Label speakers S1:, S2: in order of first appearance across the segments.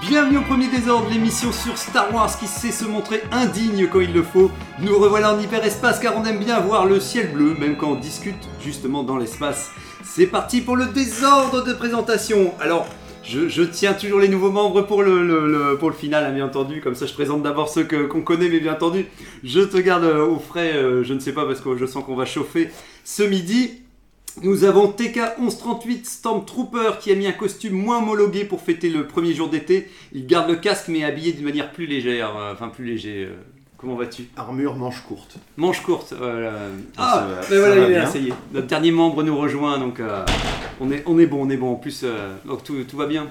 S1: Bienvenue au Premier Désordre, l'émission sur Star Wars qui sait se montrer indigne quand il le faut. Nous revoilà en hyperespace car on aime bien voir le ciel bleu, même quand on discute justement dans l'espace. C'est parti pour le désordre de présentation. Alors, je, je tiens toujours les nouveaux membres pour le, le- le- pour le final, hein, bien entendu. Comme ça, je présente d'abord ceux que- qu'on connaît, mais bien entendu, je te garde euh, au frais, euh, je ne sais pas, parce que je sens qu'on va chauffer ce midi. Nous avons TK1138 Stormtrooper qui a mis un costume moins homologué pour fêter le premier jour d'été. Il garde le casque mais habillé d'une manière plus légère. euh, Enfin, plus léger. euh, Comment vas-tu
S2: Armure manche courte.
S1: Manche courte. voilà.
S2: Ça
S1: Ah,
S2: va,
S1: mais
S2: ça
S1: voilà,
S2: va
S1: il est là,
S2: bien.
S1: ça y est. Notre dernier membre nous rejoint donc euh, on, est, on est bon, on est bon. En plus, euh, donc tout, tout va bien.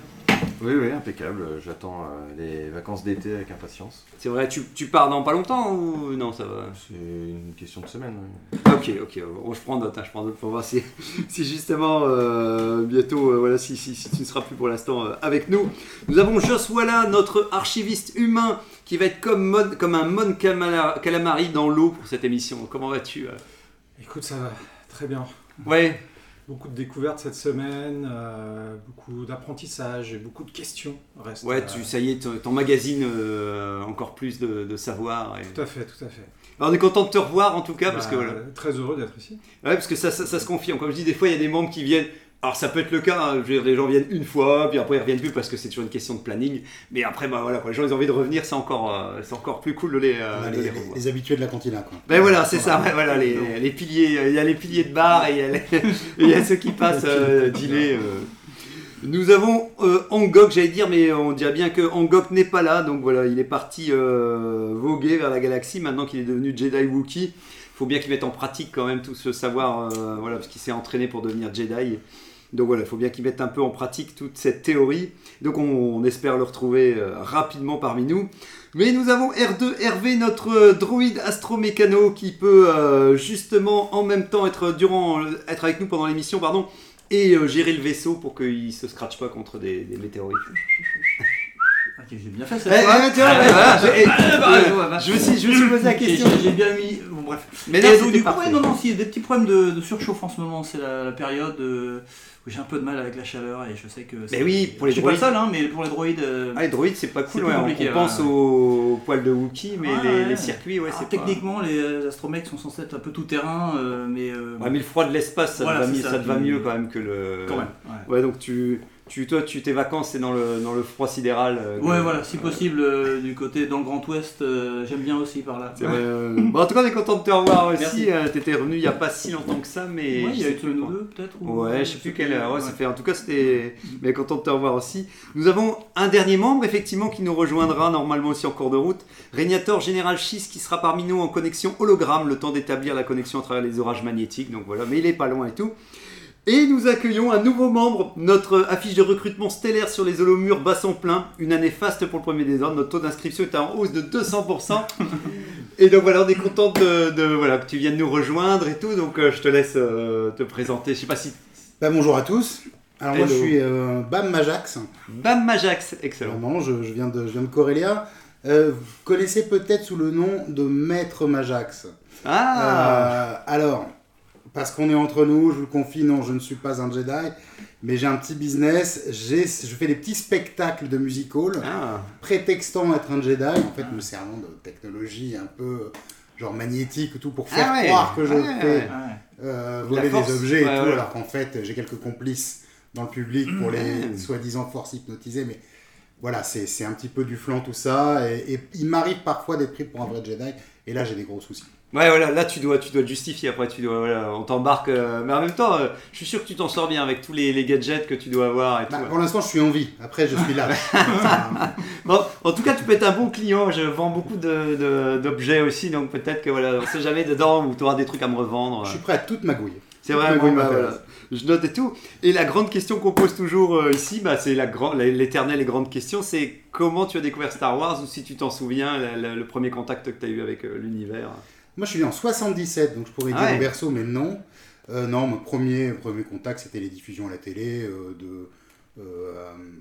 S2: Oui, oui, impeccable. J'attends euh, les vacances d'été avec impatience.
S1: C'est vrai, tu, tu pars dans pas longtemps ou non, ça va
S2: C'est une question de semaine. oui.
S1: Ok, ok, bon, je prends note, hein, je prends note pour voir si, si justement euh, bientôt, euh, voilà, si, si, si tu ne seras plus pour l'instant euh, avec nous. Nous avons Joss Wallin, notre archiviste humain, qui va être comme, Mon- comme un Mon Camala- Calamari dans l'eau pour cette émission. Comment vas-tu euh
S3: Écoute, ça va très bien.
S1: Ouais,
S3: Beaucoup de découvertes cette semaine, euh, beaucoup d'apprentissage et beaucoup de questions restent.
S1: ouais,
S3: euh,
S1: tu, ça y est, ton- t'emmagasines euh, encore plus de, de savoir. et-
S3: Tout à fait, tout à fait.
S1: Alors, on est content de te revoir en tout cas, parce
S3: Bah,
S1: que voilà.
S3: Très heureux d'être ici.
S1: Ouais, parce que ça, ça, ça se confirme. Comme je dis, des fois, il y a des membres qui viennent. Alors, ça peut être le cas, hein. Je veux dire, les gens viennent une fois, puis après, ils reviennent plus parce que c'est toujours une question de planning. Mais après, bah voilà, quoi. les gens, ils ont envie de revenir, c'est encore, euh, c'est encore plus cool de les, euh,
S4: On a
S1: de
S4: les,
S1: les
S4: les-
S1: revoir.
S4: les habitués de la cantina, quoi.
S1: Ben voilà, c'est ça, ouais, voilà, les, les piliers, euh, il y a les piliers de bar et il y a, les- il y a ceux qui passent euh, dîner. euh. Nous avons euh, Angok, j'allais dire, mais on dirait bien que Angok n'est pas là, donc voilà, il est parti euh, voguer vers la galaxie maintenant qu'il est devenu Jedi Wookiee. Faut bien qu'il mette en pratique quand même tout ce savoir, euh, voilà, parce qu'il s'est entraîné pour devenir Jedi. Donc voilà, il faut bien qu'il mette un peu en pratique toute cette théorie. Donc on, on espère le retrouver euh, rapidement parmi nous. Mais nous avons R2 Hervé, notre euh, droïde astromécano, qui peut euh, justement en même temps être, durant, euh, être avec nous pendant l'émission pardon, et euh, gérer le vaisseau pour qu'il se scratche pas contre des, des météorites.
S5: Eh, Ah, Ok, j'ai bien fait
S1: Eh,
S5: ça.
S1: eh, tu vois, ouais, voilà, je- eh,
S5: Ah,
S1: euh, Je
S5: Je
S1: me suis je me suis posé la question.
S5: J'ai bien mis. Bon, bref.
S1: Mais
S5: Et
S1: là,
S5: donc,
S1: c'était
S5: du coup,
S1: parfait.
S5: ouais, non, non, s'il y a des petits problèmes de, de surchauffe en ce moment, c'est la, la période euh, où j'ai un peu de mal avec la chaleur et je sais que. c'est-
S1: oui, pour les
S5: je suis pas le
S1: droïdes.
S5: seul, hein, mais pour les droïdes. euh,
S1: Ah, les droïdes, c'est pas cool.
S5: plus
S1: ouais, on-
S5: compliqué,
S1: on pense
S5: ouais.
S1: aux poils de Wookiee, mais
S5: Ouais,
S1: les, les
S5: ouais. Ah,
S1: circuits, ouais,
S5: alors,
S1: c'est pas...
S5: techniquement, les astromecs sont censés être un peu tout terrain, euh, mais. euh,
S1: Ouais, mais le froid de l'espace, ça,
S5: Voilà,
S1: te va,
S5: c'est
S1: mieux,
S5: ça.
S1: ça te va mieux quand même que le...
S5: quand même. ouais.
S1: Ouais, donc tu, tu, toi, tu, tes vacances, c'est dans le, dans le froid sidéral. euh,
S5: Ouais,
S1: que-
S5: voilà, si possible, euh, du côté dans le Grand Ouest, euh, j'aime bien aussi par là.
S1: C'est vrai, euh, bon, en tout cas, on est content de te revoir aussi.
S5: Merci.
S1: Euh, T'étais revenu il n'y a pas si longtemps que ça, mais.
S5: Ouais,
S1: je
S5: il y a
S1: sais
S5: eu
S1: plus
S5: une
S1: quoi.
S5: ou deux peut-être ou-
S1: Ouais, je sais plus quelle. Ouais,
S5: Ouais.
S1: ça fait. En tout cas, c'était. Mais content de te revoir aussi. Nous avons un dernier membre, effectivement, qui nous rejoindra normalement aussi en cours de route. Régnator Général Schiss, qui sera parmi nous en connexion hologramme, le temps d'établir la connexion à travers les orages magnétiques. Donc voilà, mais il est pas loin et tout. Et nous accueillons un nouveau membre, notre affiche de recrutement stellaire sur les holomurs bat son plein. Une année faste pour le premier désordre, notre taux d'inscription est en hausse de 200%. et donc voilà, on est content de, de- voilà, que tu viennes nous rejoindre et tout. Donc euh, je te laisse euh, te présenter. Je sais pas si.
S4: Bah, bonjour à tous. Alors, moi, je
S1: Hello.
S4: suis euh, Bam Majax.
S1: Bam Majax, excellent.
S4: Vraiment, je, je viens de, je viens de Corellia. Euh, vous connaissez peut-être sous le nom de Maître Majax.
S1: Ah
S4: Euh, alors, parce qu'on est entre nous, je vous le confie, non, je ne suis pas un Jedi, mais j'ai un petit business. J'ai, je fais des petits spectacles de music hall.
S1: Ah,
S4: prétextant être un Jedi, en fait me servant de technologie un peu genre magnétique ou tout pour faire
S1: Ah ouais,
S4: croire que je
S1: ouais,
S4: fais
S1: ouais.
S5: Ouais.
S4: euh,
S1: La
S4: voler
S1: force,
S4: des objets et
S1: ouais,
S4: tout,
S1: ouais.
S4: alors qu'en fait j'ai quelques complices dans le public pour les soi-disant forces hypnotisées, mais voilà, c'est c'est un petit peu du flan tout ça, et, et il m'arrive parfois d'être pris pour un vrai Jedi, et là j'ai des gros soucis.
S1: Ouais, voilà, là tu dois, tu dois te justifier après, tu dois, voilà, on t'embarque. euh, mais en même temps, euh, je suis sûr que tu t'en sors bien avec tous les, les gadgets que tu dois avoir et tout.
S4: Bah,
S1: Ah, ouais.
S4: Pour l'instant je suis en vie, après je suis là.
S1: Bon, en tout cas, tu peux être un bon client. Je vends beaucoup de- de- d'objets aussi, donc peut-être que voilà, on sait jamais dedans où tu auras des trucs à me revendre.
S4: je suis prêt à toute ma gouille.
S1: C'est vrai, bon, bah, voilà. je note et tout. Et la grande question qu'on pose toujours euh, ici, bah, c'est la grande, la- l'éternelle et grande question, c'est comment tu as découvert Star Wars ou si tu t'en souviens, la- la- le premier contact que tu as eu avec euh, l'univers.
S4: Moi, je suis né en 77, donc je pourrais
S1: Ah
S4: dire
S1: ouais.
S4: au berceau, mais non. Euh, non, mon premier, premier contact, c'était les diffusions à la télé euh, de, euh,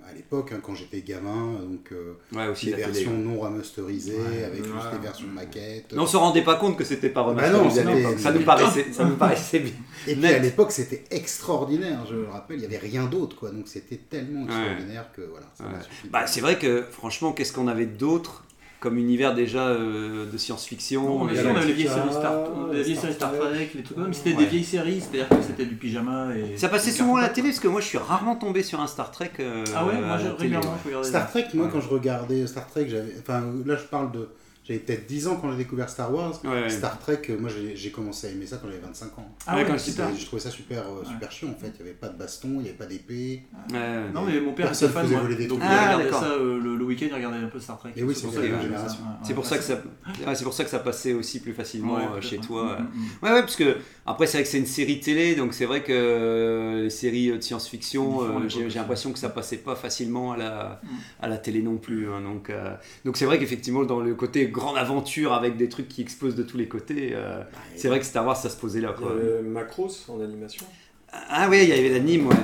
S4: à l'époque, hein, quand j'étais gamin. Donc, euh,
S1: Ouais, aussi
S4: des
S1: la télé.
S4: versions non remasterisées, avec juste
S3: Ouais.
S4: des versions maquettes.
S1: Non, on se rendait pas compte que c'était pas
S4: Bah non,
S1: remasterisé à
S4: c'était-
S1: l'époque. ça nous paraissait, ça nous paraissait bien.
S4: Et puis
S1: net.
S4: à l'époque, c'était extraordinaire, je le rappelle, il n'y avait rien d'autre, quoi. Donc c'était tellement extraordinaire que voilà. ça m'a
S1: Ouais.
S4: suffi.
S1: Bah, c'est vrai que franchement, qu'est-ce qu'on avait d'autre comme univers déjà euh, de science-fiction
S5: Bon,
S1: euh,
S5: mais si, on a les vieilles
S3: Star-
S5: séries Star, on a les vieilles séries Star Trek, les trucs comme ça, mais c'était
S1: Ouais.
S5: des vieilles séries, c'est-à-dire que c'était du pyjama et.
S1: Ça passait souvent à la télé parce que moi je suis rarement tombé sur un Star Trek. euh,
S5: Ah ouais,
S1: à
S5: moi
S1: la
S5: j'ai
S1: télé,
S5: régulièrement
S1: ouais.
S5: je regardais.
S4: Star
S5: ça.
S4: Trek, moi,
S1: Ouais.
S4: quand je regardais Star Trek, j'avais. Enfin, là, je parle de. J'avais peut-être 10 ans quand j'ai découvert Star Wars.
S1: Ouais, ouais.
S4: Star Trek, euh, moi, j'ai j'ai commencé à aimer ça quand j'avais 25 ans.
S5: Ah
S1: Ouais,
S5: ouais,
S1: quand
S5: c'est
S1: j'étais
S5: ça.
S4: Et Je trouvais ça super, euh, super chiant en fait. Il n'y avait pas de baston, il n'y avait pas d'épée.
S1: Ouais.
S5: Non mais mon père était
S4: Personne
S5: fan
S4: faisait
S5: moi,
S4: voler des
S5: donc il
S4: trucs.
S1: Ah,
S5: regardait
S1: d'accord.
S5: ça euh, le, le week-end, il regardait un peu Star Trek.
S4: Et oui,
S5: C'est
S4: c'est
S5: pour
S4: la
S5: ça que-
S4: même
S5: ouais,
S4: génération.
S5: ouais,
S1: C'est pour
S5: ouais,
S1: ça que ça, ouais, c'est pour ça que ça passait aussi plus facilement
S5: Ouais,
S1: euh, chez
S5: peut-être,
S1: toi.
S5: ouais. Mm, mm, mm.
S1: Ouais, ouais, parce que après c'est vrai que c'est une série télé, donc c'est vrai que euh, les séries euh, de science-fiction,
S5: Ils font
S1: euh,
S5: les
S1: j'ai
S5: propres.
S1: j'ai l'impression que ça passait pas facilement à la,
S5: Mm.
S1: à la télé non plus. hein, donc euh, donc c'est vrai qu'effectivement dans le côté grande aventure avec des trucs qui explosent de tous les côtés, euh,
S5: Bah,
S1: c'est vrai que Star Wars ça se posait là. Quoi.
S6: Macros en animation,
S1: Ah ouais, il y avait l'anime, ouais.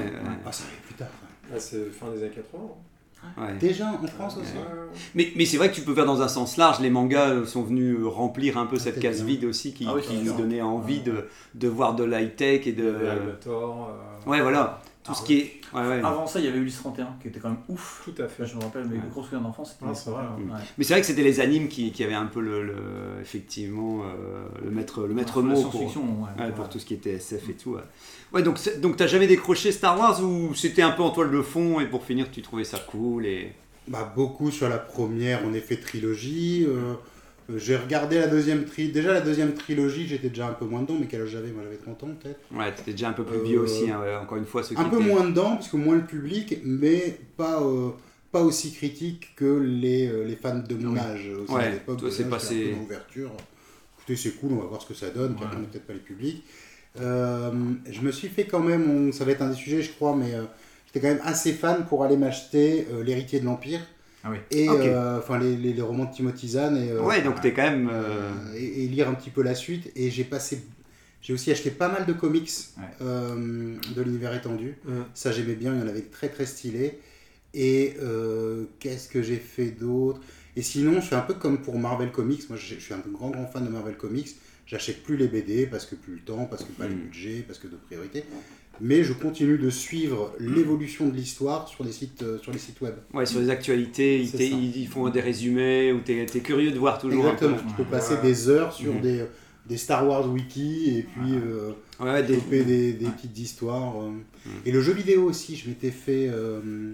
S4: Ah, ça arrive plus tard.
S6: Ah, c'est fin des années Ah, 80. hein.
S1: ouais.
S4: Déjà en France aussi.
S6: Ouais, ouais, ouais.
S1: Mais, mais c'est vrai que tu peux faire dans un sens large. Les mangas euh, sont venus euh, remplir un peu cette
S4: c'est
S1: case
S4: bien.
S1: vide aussi qui,
S5: Ah oui,
S1: qui
S5: c'est
S1: nous
S5: sûr.
S1: donnait envie de, de voir de l'high-tech et de.
S6: Le Albator, euh,
S1: Ouais, voilà. Tout ce qui est. Ouais, ouais.
S5: mm. Avant ça, il y avait Ulysse 31 qui était quand même ouf.
S6: Tout à
S5: Là,
S6: fait.
S5: je me rappelle, mes
S1: Ouais.
S5: gros souvenirs d'enfance, c'était
S3: Ah,
S5: Ulysse
S3: c'est vrai,
S5: 31, ouais.
S1: Mais c'est vrai que c'était les animes qui, qui avaient un peu le. le- effectivement, euh, le maître, le maître
S5: Ouais,
S1: mot
S5: la
S1: pour,
S5: science-fiction, ouais,
S1: ouais,
S5: ouais.
S1: pour tout ce qui était SF et tout. Ouais, Ouais, donc, c'est- donc t'as jamais décroché Star Wars ou c'était un peu en toile de fond et pour finir tu trouvais ça cool et.
S4: Bah, beaucoup sur la première, en effet, trilogie. Euh, euh, j'ai regardé la deuxième trilogie. Déjà, la deuxième trilogie, j'étais déjà un peu moins dedans, mais quel âge j'avais Moi, j'avais 30 ans, peut-être.
S1: Ouais, t'étais déjà un peu plus
S4: Euh,
S1: vieux aussi, hein, ouais, encore une fois. Ceux
S4: Un
S1: qui
S4: peu
S1: étaient-
S4: moins dedans, parce que moins le public, mais pas, euh, pas aussi critique que les, euh, les fans de mon
S1: Oui.
S4: âge. Aussi,
S1: Ouais,
S4: à l'époque,
S1: toi,
S4: de
S1: c'est
S4: l'âge,
S1: passé-
S4: c'était un peu l'ouverture. Écoutez, c'est cool, on va voir ce que ça donne. Puis
S5: Ouais.
S4: après, on n'a peut-être pas les publics. Euh, je me suis fait quand même, on- ça va être un des sujets, je crois, mais euh, j'étais quand même assez fan pour aller m'acheter euh, L'héritier de l'Empire.
S5: Ah oui.
S4: Et
S1: Ok.
S4: euh, enfin, les, les- les romans de Timothy Zahn. Et, euh,
S1: Ouais, donc t'es quand même. euh,
S4: euh, et, et lire un petit peu la suite. Et j'ai passé, j'ai aussi acheté pas mal de comics
S5: Ouais.
S4: euh, de l'univers étendu.
S6: Mm.
S4: Ça j'aimais bien, il y en avait de très très stylé. Et euh, qu'est-ce que j'ai fait d'autre Et sinon, je suis un peu comme pour Marvel Comics. Moi, je je suis un grand grand fan de Marvel Comics. J'achète plus les BD parce que plus le temps, parce que pas les
S1: Mm.
S4: budgets, parce que de priorité. Mais je continue de suivre l'évolution de l'histoire sur les sites euh, sur les sites web.
S1: Ouais, sur les actualités, ils,
S4: C'est
S1: t'é-
S4: ça.
S1: ils- ils font des résumés ou t'es t'es curieux de voir toujours
S4: Exactement.
S1: un
S4: Tu peux
S3: Ouais.
S4: passer des heures sur
S1: Mhm.
S4: des, des Star Wars wiki et puis euh,
S1: peu. Ouais, des-
S4: développer des, des petites histoires. euh.
S1: Mhm.
S4: Et le jeu vidéo aussi, je m'étais fait euh,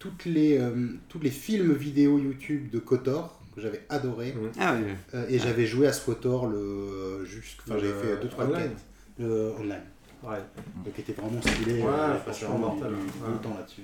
S4: toutes les, euh, tous les films vidéo YouTube de Kotor que j'avais adoré
S1: Ah ouais.
S4: Euh, et j'avais joué à ce Kotor le jusqu'- enfin
S6: Le-
S4: j'avais fait deux trois
S6: online.
S4: quêtes le online
S6: Ouais.
S4: donc était vraiment stylé
S6: Ouais,
S4: euh,
S6: franchement,
S4: vraiment
S6: mortel,
S4: du-
S6: hein.
S4: du bon
S6: Ouais.
S4: temps là-dessus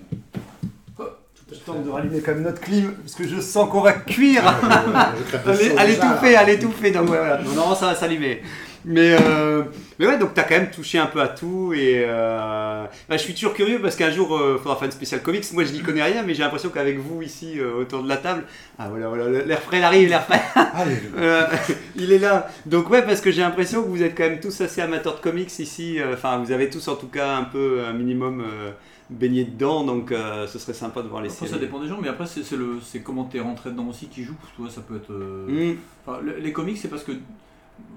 S6: Tout à
S2: Temps
S6: fait.
S2: de rallumer quand même notre clim, parce que je sens.
S1: Tant qu'on va cuire
S4: Ah, je- je crève de
S1: Allez,
S4: faim
S1: allez
S4: déjà,
S1: tout
S4: là.
S1: fait, allez tout fait. Donc ouais, voilà, non, non, ça va s'allumer. Mais, euh, mais ouais, donc t'as quand même touché un peu à tout. Et euh, bah, je suis toujours curieux parce qu'un jour, il faudra faire une spéciale comics. Moi, je n'y connais rien, mais j'ai l'impression qu'avec vous ici euh, autour de la table, ah voilà, voilà, le- l'air frais il arrive, l'air frais.
S4: Allez,
S1: Euh, il est là. Donc ouais, parce que j'ai l'impression que vous êtes quand même tous assez amateurs de comics ici. Euh, Enfin, vous avez tous en tout cas un peu un minimum euh, baigné dedans. Donc euh, ce serait sympa de voir les
S5: Après, ça
S1: séries.
S5: dépend des gens, mais après, c'est c'est le- c'est comment t'es rentré dedans aussi qui joue. Toi, ça peut être. euh,
S1: Hmm.
S5: Enfin, le- les comics, c'est parce que.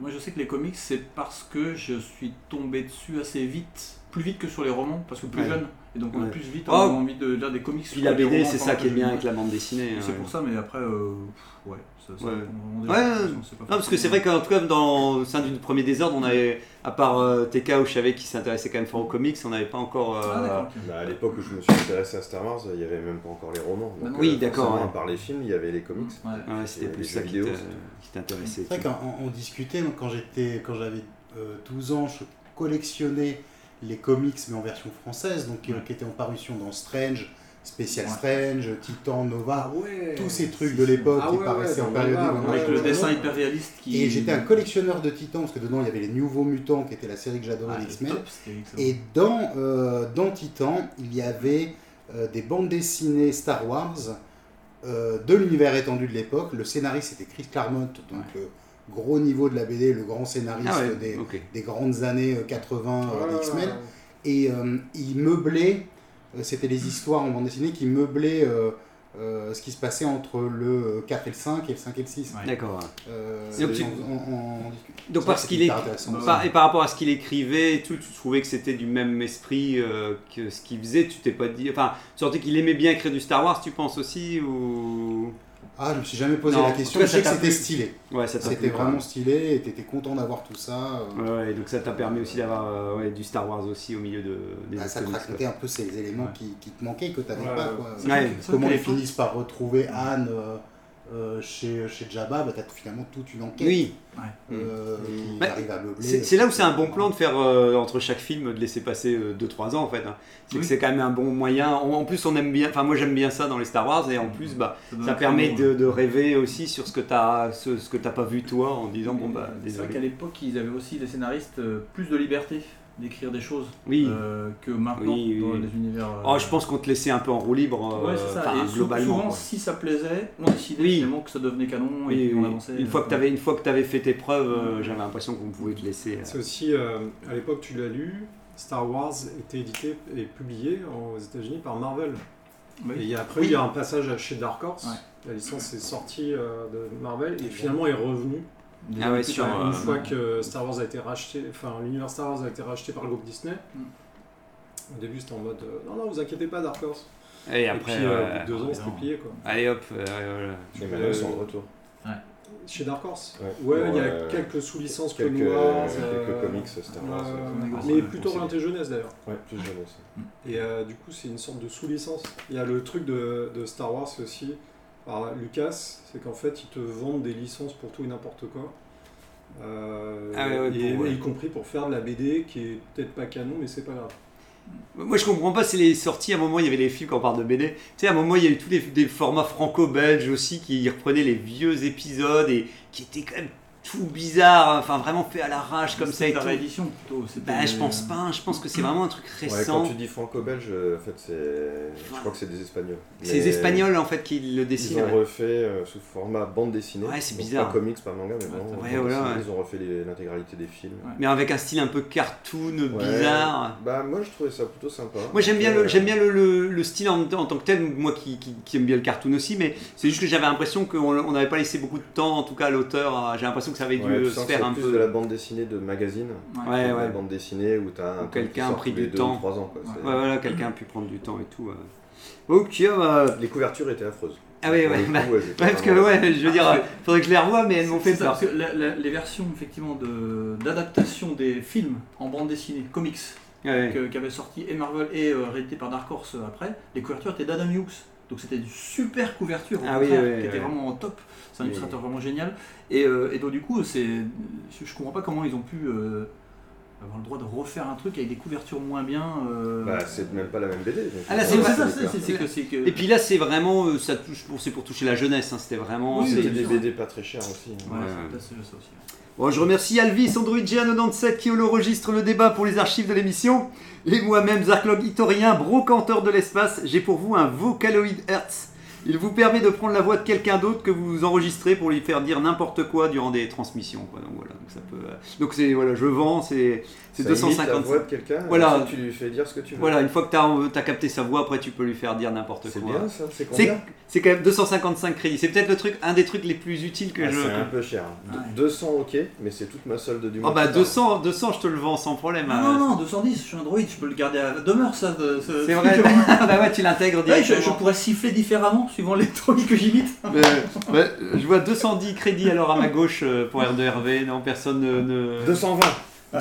S5: Moi, je sais que les comics, c'est parce que je suis tombé dessus assez vite, plus vite que sur les romans, parce que plus
S1: Ouais.
S5: jeune. Et donc, on
S1: Ouais.
S5: a plus vite
S1: Oh.
S5: envie de lire des comics.
S1: Puis la
S5: que des
S1: BD,
S5: romans,
S1: c'est
S5: par
S1: ça
S5: exemple,
S1: qui est
S5: que
S1: bien
S5: je-
S1: avec la bande dessinée.
S5: C'est
S1: ouais.
S5: pour ça, mais après, euh, pff, ouais, ça, ça
S1: Ouais.
S5: dépend vraiment des
S1: Ouais,
S5: gens,
S1: ouais,
S5: de toute
S1: ouais.
S5: façon, c'est pas
S1: Non, parce que c'est vrai qu'en tout cas, dans, au sein du premier désordre, on avait, à part euh, TK où je savais qu'il s'intéressait quand même fort aux comics, on n'avait pas encore. euh,
S5: Ah, d'accord, ok.
S2: Bah, à l'époque où je me suis intéressé à Star Wars, il n'y avait même pas encore les romans. Donc,
S1: Oui,
S2: euh,
S1: d'accord,
S2: forcément,
S1: ouais.
S2: À part les films, il y avait les comics.
S5: Ouais.
S1: ouais, c'était
S2: Et
S1: plus
S2: les
S1: ça
S2: jeux
S1: qui
S2: vidéo,
S1: t'a-
S2: c'est tout.
S1: qui t'intéressait.
S4: C'est vrai qu'on on discutait, moi, quand j'étais, quand j'avais euh, 12 ans, je collectionnais les comics mais en version française, donc qui- qui étaient en parution dans Strange, Special Strange, Titan,
S1: Ah
S4: Nova,
S6: ouais.
S4: tous ces trucs de l'époque
S6: Ah
S4: qui
S6: ouais, ouais,
S4: paraissaient
S6: dans
S4: en période
S6: Nova,
S4: de-
S6: ouais,
S5: Avec le dessin hyper réaliste qui.
S4: Et j'étais un collectionneur de Titans, parce que dedans il y avait les Nouveaux Mutants, qui était la série que j'adorais
S5: Ah,
S4: des X-Men.
S5: top, c'était excellent.
S4: Et dans, euh, dans Titan, il y avait euh, des bandes dessinées Star Wars euh, de l'univers étendu de l'époque. Le scénariste était Chris Claremont, donc le gros niveau de la BD, le grand scénariste
S1: Ah ouais,
S4: des,
S1: ok.
S4: des grandes années euh, 80 euh, des
S6: Ouais,
S4: X-Men. Et euh, il meublait, euh, c'était les histoires en bande dessinée qui meublaient euh, euh, ce qui se passait entre le 4 et le 5 et le 5 et le 6.
S5: Ouais.
S1: D'accord.
S4: Euh,
S1: Et donc tu-
S4: en- en- en-
S1: Donc
S4: Ça,
S1: parce
S4: c'est
S1: qu'il est
S4: hyper intéressant.
S1: par- et par rapport à ce qu'il écrivait, et tout, tu trouvais que c'était du même esprit euh, que ce qu'il faisait. Tu t'es pas dit, enfin, surtout qu'il aimait bien écrire du Star Wars. Tu penses aussi ou
S4: Ah, je me suis jamais posé
S1: Non,
S4: la
S1: en tout
S4: question.
S1: cas,
S4: je sais que
S1: ça t'a
S4: c'était
S1: plu.
S4: stylé.
S1: ouais, ça t'a
S4: C'était
S1: plu, quoi.
S4: vraiment stylé et t'étais content d'avoir tout ça. euh,
S1: Ouais, ouais, donc ça t'a permis aussi d'avoir euh, ouais, du Star Wars aussi au milieu de, des
S4: bah, ça te
S1: comics,
S4: racontait
S1: quoi.
S4: un peu ces éléments
S5: Ouais.
S4: qui, qui te manquaient, que t'avais
S6: Ouais,
S4: pas.
S6: ouais.
S4: Quoi.
S5: C'est
S1: Ouais.
S5: vrai que- c'est vrai
S4: Comment
S5: qu'à
S4: ils
S5: l'époque,
S4: finissent par retrouver Anne euh, euh, chez, chez Jabba, bah, t'as finalement toute une enquête
S1: Oui,
S4: euh, qui
S1: Bah,
S4: arrive à meubler.
S1: c'est c'est là où c'est un bon plan de faire euh, entre chaque film de laisser passer 2-3 ans en fait. hein. C'est que
S5: Oui.
S1: c'est quand même un bon moyen. En, en plus, on aime bien. Enfin, moi j'aime bien ça dans les Star Wars et en plus, bah,
S5: donne
S1: Ça
S5: un
S1: permet
S5: créneau,
S1: de,
S5: ouais.
S1: de rêver aussi sur ce que t'as ce, ce que t'as pas vu toi en disant bon bah
S5: C'est vrai
S1: désolé.
S5: qu'à l'époque, ils avaient aussi, les scénaristes, euh, plus de liberté d'écrire des choses
S1: Oui.
S5: euh, que maintenant
S1: Oui, oui,
S5: dans
S1: oui.
S5: les univers. euh,
S1: Oh, je pense qu'on te laissait un peu en roue libre euh,
S5: Ouais, c'est ça.
S1: enfin,
S5: et sou-
S1: globalement.
S5: souvent,
S1: quoi.
S5: si ça plaisait, on décidait
S1: Oui.
S5: finalement que ça devenait canon et
S1: Oui,
S5: puis
S1: oui.
S5: on avançait.
S1: Une fois que
S5: euh,
S1: t'avais une fois que t'avais fait tes preuves, euh, j'avais l'impression qu'on pouvait te laisser. euh,
S3: C'est aussi, euh, à l'époque, tu l'as lu, Star Wars était édité et publié en- aux États-Unis par Marvel.
S5: Oui.
S3: Et il y a- après, il y a un passage à- chez Dark Horse. La licence est sortie euh, de Marvel et finalement est revenue
S5: des
S1: Ah ouais,
S5: années plus
S1: sur,
S5: tard,
S1: euh,
S3: une fois que Star Wars a été racheté, enfin l'univers Star Wars a été racheté par le groupe Disney.
S5: Mm.
S3: Au début, c'était en mode euh, non, non, vous inquiétez pas, Dark Horse.
S1: Et après,
S3: et puis, euh,
S1: euh,
S3: au bout de deux ans,
S5: mais
S3: c'était
S5: non.
S3: plié quoi.
S1: allez hop. euh, voilà.
S2: Mais maintenant, ils sont de retour.
S3: Chez Dark Horse
S2: Ouais.
S3: Ouais, il y a
S2: Euh,
S3: quelques sous-licences euh,
S2: quelques,
S3: Noirs,
S2: quelques comics Star Wars.
S3: euh,
S5: qu'on négocie.
S3: mais plutôt orienté jeunesse d'ailleurs.
S2: Ouais, plus jamais ça.
S3: Et euh, du coup, c'est une sorte de sous-licence. Il y a le truc de, de Star Wars aussi, par Lucas, c'est qu'en fait, ils te vendent des licences pour tout et n'importe quoi. Euh,
S1: Ah ouais, ouais,
S3: et-
S1: pour-
S3: et
S1: ouais.
S3: y compris pour faire de la BD qui est peut-être pas canon, mais c'est pas grave.
S1: Euh, Moi, je comprends pas, c'est les sorties. À un moment, il y avait les films quand on parle de BD. Tu sais, à un moment, il y a eu tous les des formats franco-belges aussi qui reprenaient les vieux épisodes et qui étaient quand même tout bizarres. Enfin, vraiment fait à l'arrache comme ça
S5: C'était
S1: et
S5: la
S1: tout.
S5: réédition plutôt. c'était-
S1: Bah, je pense pas. Je pense que c'est vraiment un truc
S2: Ouais, quand
S1: récent.
S2: tu dis franco-belge, euh, en fait, c'est. Je crois que c'est des Espagnols.
S1: C'est
S2: Mais
S1: les Espagnols en fait qui le
S2: Ils
S1: dessinent.
S2: ont
S1: ouais.
S2: refait euh, sous format bande dessinée.
S1: Ouais, c'est
S2: Donc
S1: bizarre.
S2: Pas comics, pas manga, mais vraiment.
S5: Ouais,
S2: bande
S1: voilà,
S2: dessinée.
S1: ouais.
S2: Ils ont refait les- l'intégralité des films.
S5: Ouais.
S1: Mais avec un style un peu cartoon,
S2: Ouais.
S1: bizarre.
S2: Bah, moi, je trouvais ça plutôt sympa.
S1: Moi j'aime bien, le,
S2: Euh,
S1: j'aime bien le, le- le style en, en tant que tel, moi qui, qui- qui aime bien le cartoon aussi, mais c'est juste que j'avais l'impression qu'on on n'avait pas laissé beaucoup de temps, en tout cas à l'auteur, à- j'ai l'impression que ça avait dû
S2: Ouais,
S1: euh,
S2: tu
S1: se
S2: sens que
S1: faire
S2: c'est
S1: un
S2: plus
S1: peu...
S2: de la bande dessinée de magazine.
S1: Ouais,
S2: La
S1: ouais.
S2: bande dessinée où t'as
S1: Où
S2: un
S1: quelqu'un a
S2: a
S1: pris du temps.
S2: 3 ans. quoi. C'est-
S1: Ouais, voilà, quelqu'un a pu prendre du temps et tout. ouais. Ok, bah...
S2: Les couvertures étaient affreuses.
S1: Ah oui,
S2: Pour
S1: ouais,
S2: le coup,
S1: bah,
S2: elles étaient
S1: ouais, parce que
S2: vraiment-
S1: ouais, je veux dire,
S2: Ah,
S1: euh, faudrait que je les revoie, mais elles m'ont
S5: C'est
S1: fait
S5: ça,
S1: peur.
S5: parce que la- la- les versions effectivement de- d'adaptation des films en bande dessinée, comics,
S1: Ouais.
S5: que- qu'avaient sorti et Marvel et euh, réédité par Dark Horse euh, après, les couvertures étaient d'Adam Hughes. Donc c'était une super couverture, au
S1: Ah oui,
S5: contraire,
S1: ouais,
S5: qui était
S1: ouais.
S5: vraiment en top. C'est un
S2: Oui.
S5: illustrateur vraiment génial. Et, euh, et donc du coup, c'est, je, je comprends pas comment ils ont pu euh, avoir le droit de refaire un truc avec des couvertures moins bien. euh.
S2: Bah, c'est même pas la même BD. donc,
S1: Ah, là,
S2: euh,
S5: c'est
S1: pas-
S5: ça,
S2: des
S5: c'est- c'est- c'est que- c'est que-
S1: Et puis là, c'est vraiment, euh, ça touche pour, c'est pour toucher la jeunesse, hein, c'était vraiment...
S5: Oui,
S1: c'était
S2: C'était
S5: oui,
S2: des
S5: sûr.
S2: BD pas très chers aussi. hein.
S5: Ouais,
S1: Ouais.
S5: c'est- c'est ça aussi.
S1: Bon, je remercie Alvis AndroidGN97 qui holoregistre le débat pour les archives de l'émission. Et moi-même, Zarklog Itorien, brocanteur de l'espace, j'ai pour vous un Vocaloid Hertz. Il vous permet de prendre la voix de quelqu'un d'autre que vous enregistrez pour lui faire dire n'importe quoi durant des transmissions. quoi. Donc voilà, donc ça peut. euh, Donc c'est voilà, je vends, c'est c'est
S2: Ça imite la
S1: 250.
S2: voix de quelqu'un.
S1: Voilà.
S2: ensuite, tu lui fais dire ce que tu veux.
S1: Voilà, une fois que t'as as capté sa voix, après tu peux lui faire dire n'importe
S2: C'est
S1: quoi.
S2: bien ça. C'est
S1: C'est
S2: combien
S1: c'est quand même 255 crédits. C'est peut-être le truc, un des trucs les plus utiles que
S2: Ah,
S1: je.
S2: C'est un peu cher.
S7: hein.
S5: Ouais.
S2: 200, ok, mais c'est toute ma solde du mois.
S1: Oh bah
S2: qui part.
S1: 200, 200, je te le vends sans problème.
S5: Non,
S1: hein.
S5: non, non, 210, je suis un droïde, je peux le garder à demeure, ça. de- ce-
S1: C'est vrai. bah bah ouais, tu l'intègres
S5: Ouais, je,
S1: directement.
S5: je pourrais siffler différemment suivant les droïdes que j'imite.
S1: Euh, bah, je vois 210 crédits alors à ma gauche euh, pour R2RV. Non, personne ne. ne-
S2: 220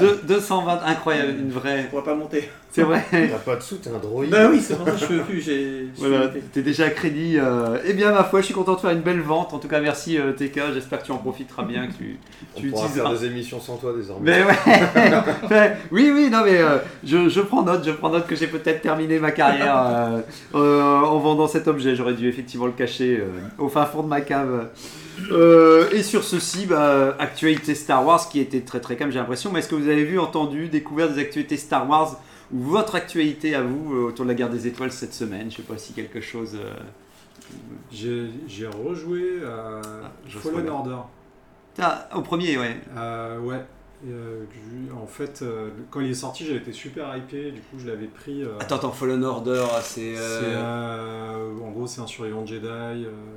S1: Deux- 220, incroyable, une vraie.
S5: Je pourrais pas monter.
S1: C'est vrai.
S7: T'as pas de sous, t'es un droïde.
S5: Bah oui, c'est pour ça que je peux plus. J'ai.
S1: Voilà,
S5: j'ai-
S1: t'es déjà à crédit. euh, eh bien, ma foi, je suis content de faire une belle vente. En tout cas, merci euh, TK. J'espère que tu en profiteras bien, que tu,
S7: On
S1: tu
S7: pourra faire
S1: utiliseras-
S7: des émissions sans toi désormais.
S1: Mais ouais. Ouais. Oui, oui, non, mais euh, je, je prends note, je prends note que j'ai peut-être terminé ma carrière euh, euh, en vendant cet objet. J'aurais dû effectivement le cacher euh, au fin fond de ma cave. Euh, et sur ceci, bah, actualité Star Wars qui était très très calme, j'ai l'impression. Mais est-ce que vous avez vu, entendu, découvert des actualités Star Wars ou votre actualité à vous euh, autour de la guerre des étoiles cette semaine Je sais pas si quelque chose. euh,
S3: J'ai j'ai rejoué à
S1: je
S3: Fallen
S1: spoil.
S3: Order.
S1: Ah, au premier, ouais.
S3: Euh, ouais. Et, euh, que j'ai- en fait, euh, quand il est sorti, j'avais été super hypé. Du coup, je l'avais pris. euh,
S1: Attends, attends, Fallen Order, c'est.
S3: c'est,
S1: euh,
S3: euh, en gros, c'est un survivant Jedi. euh,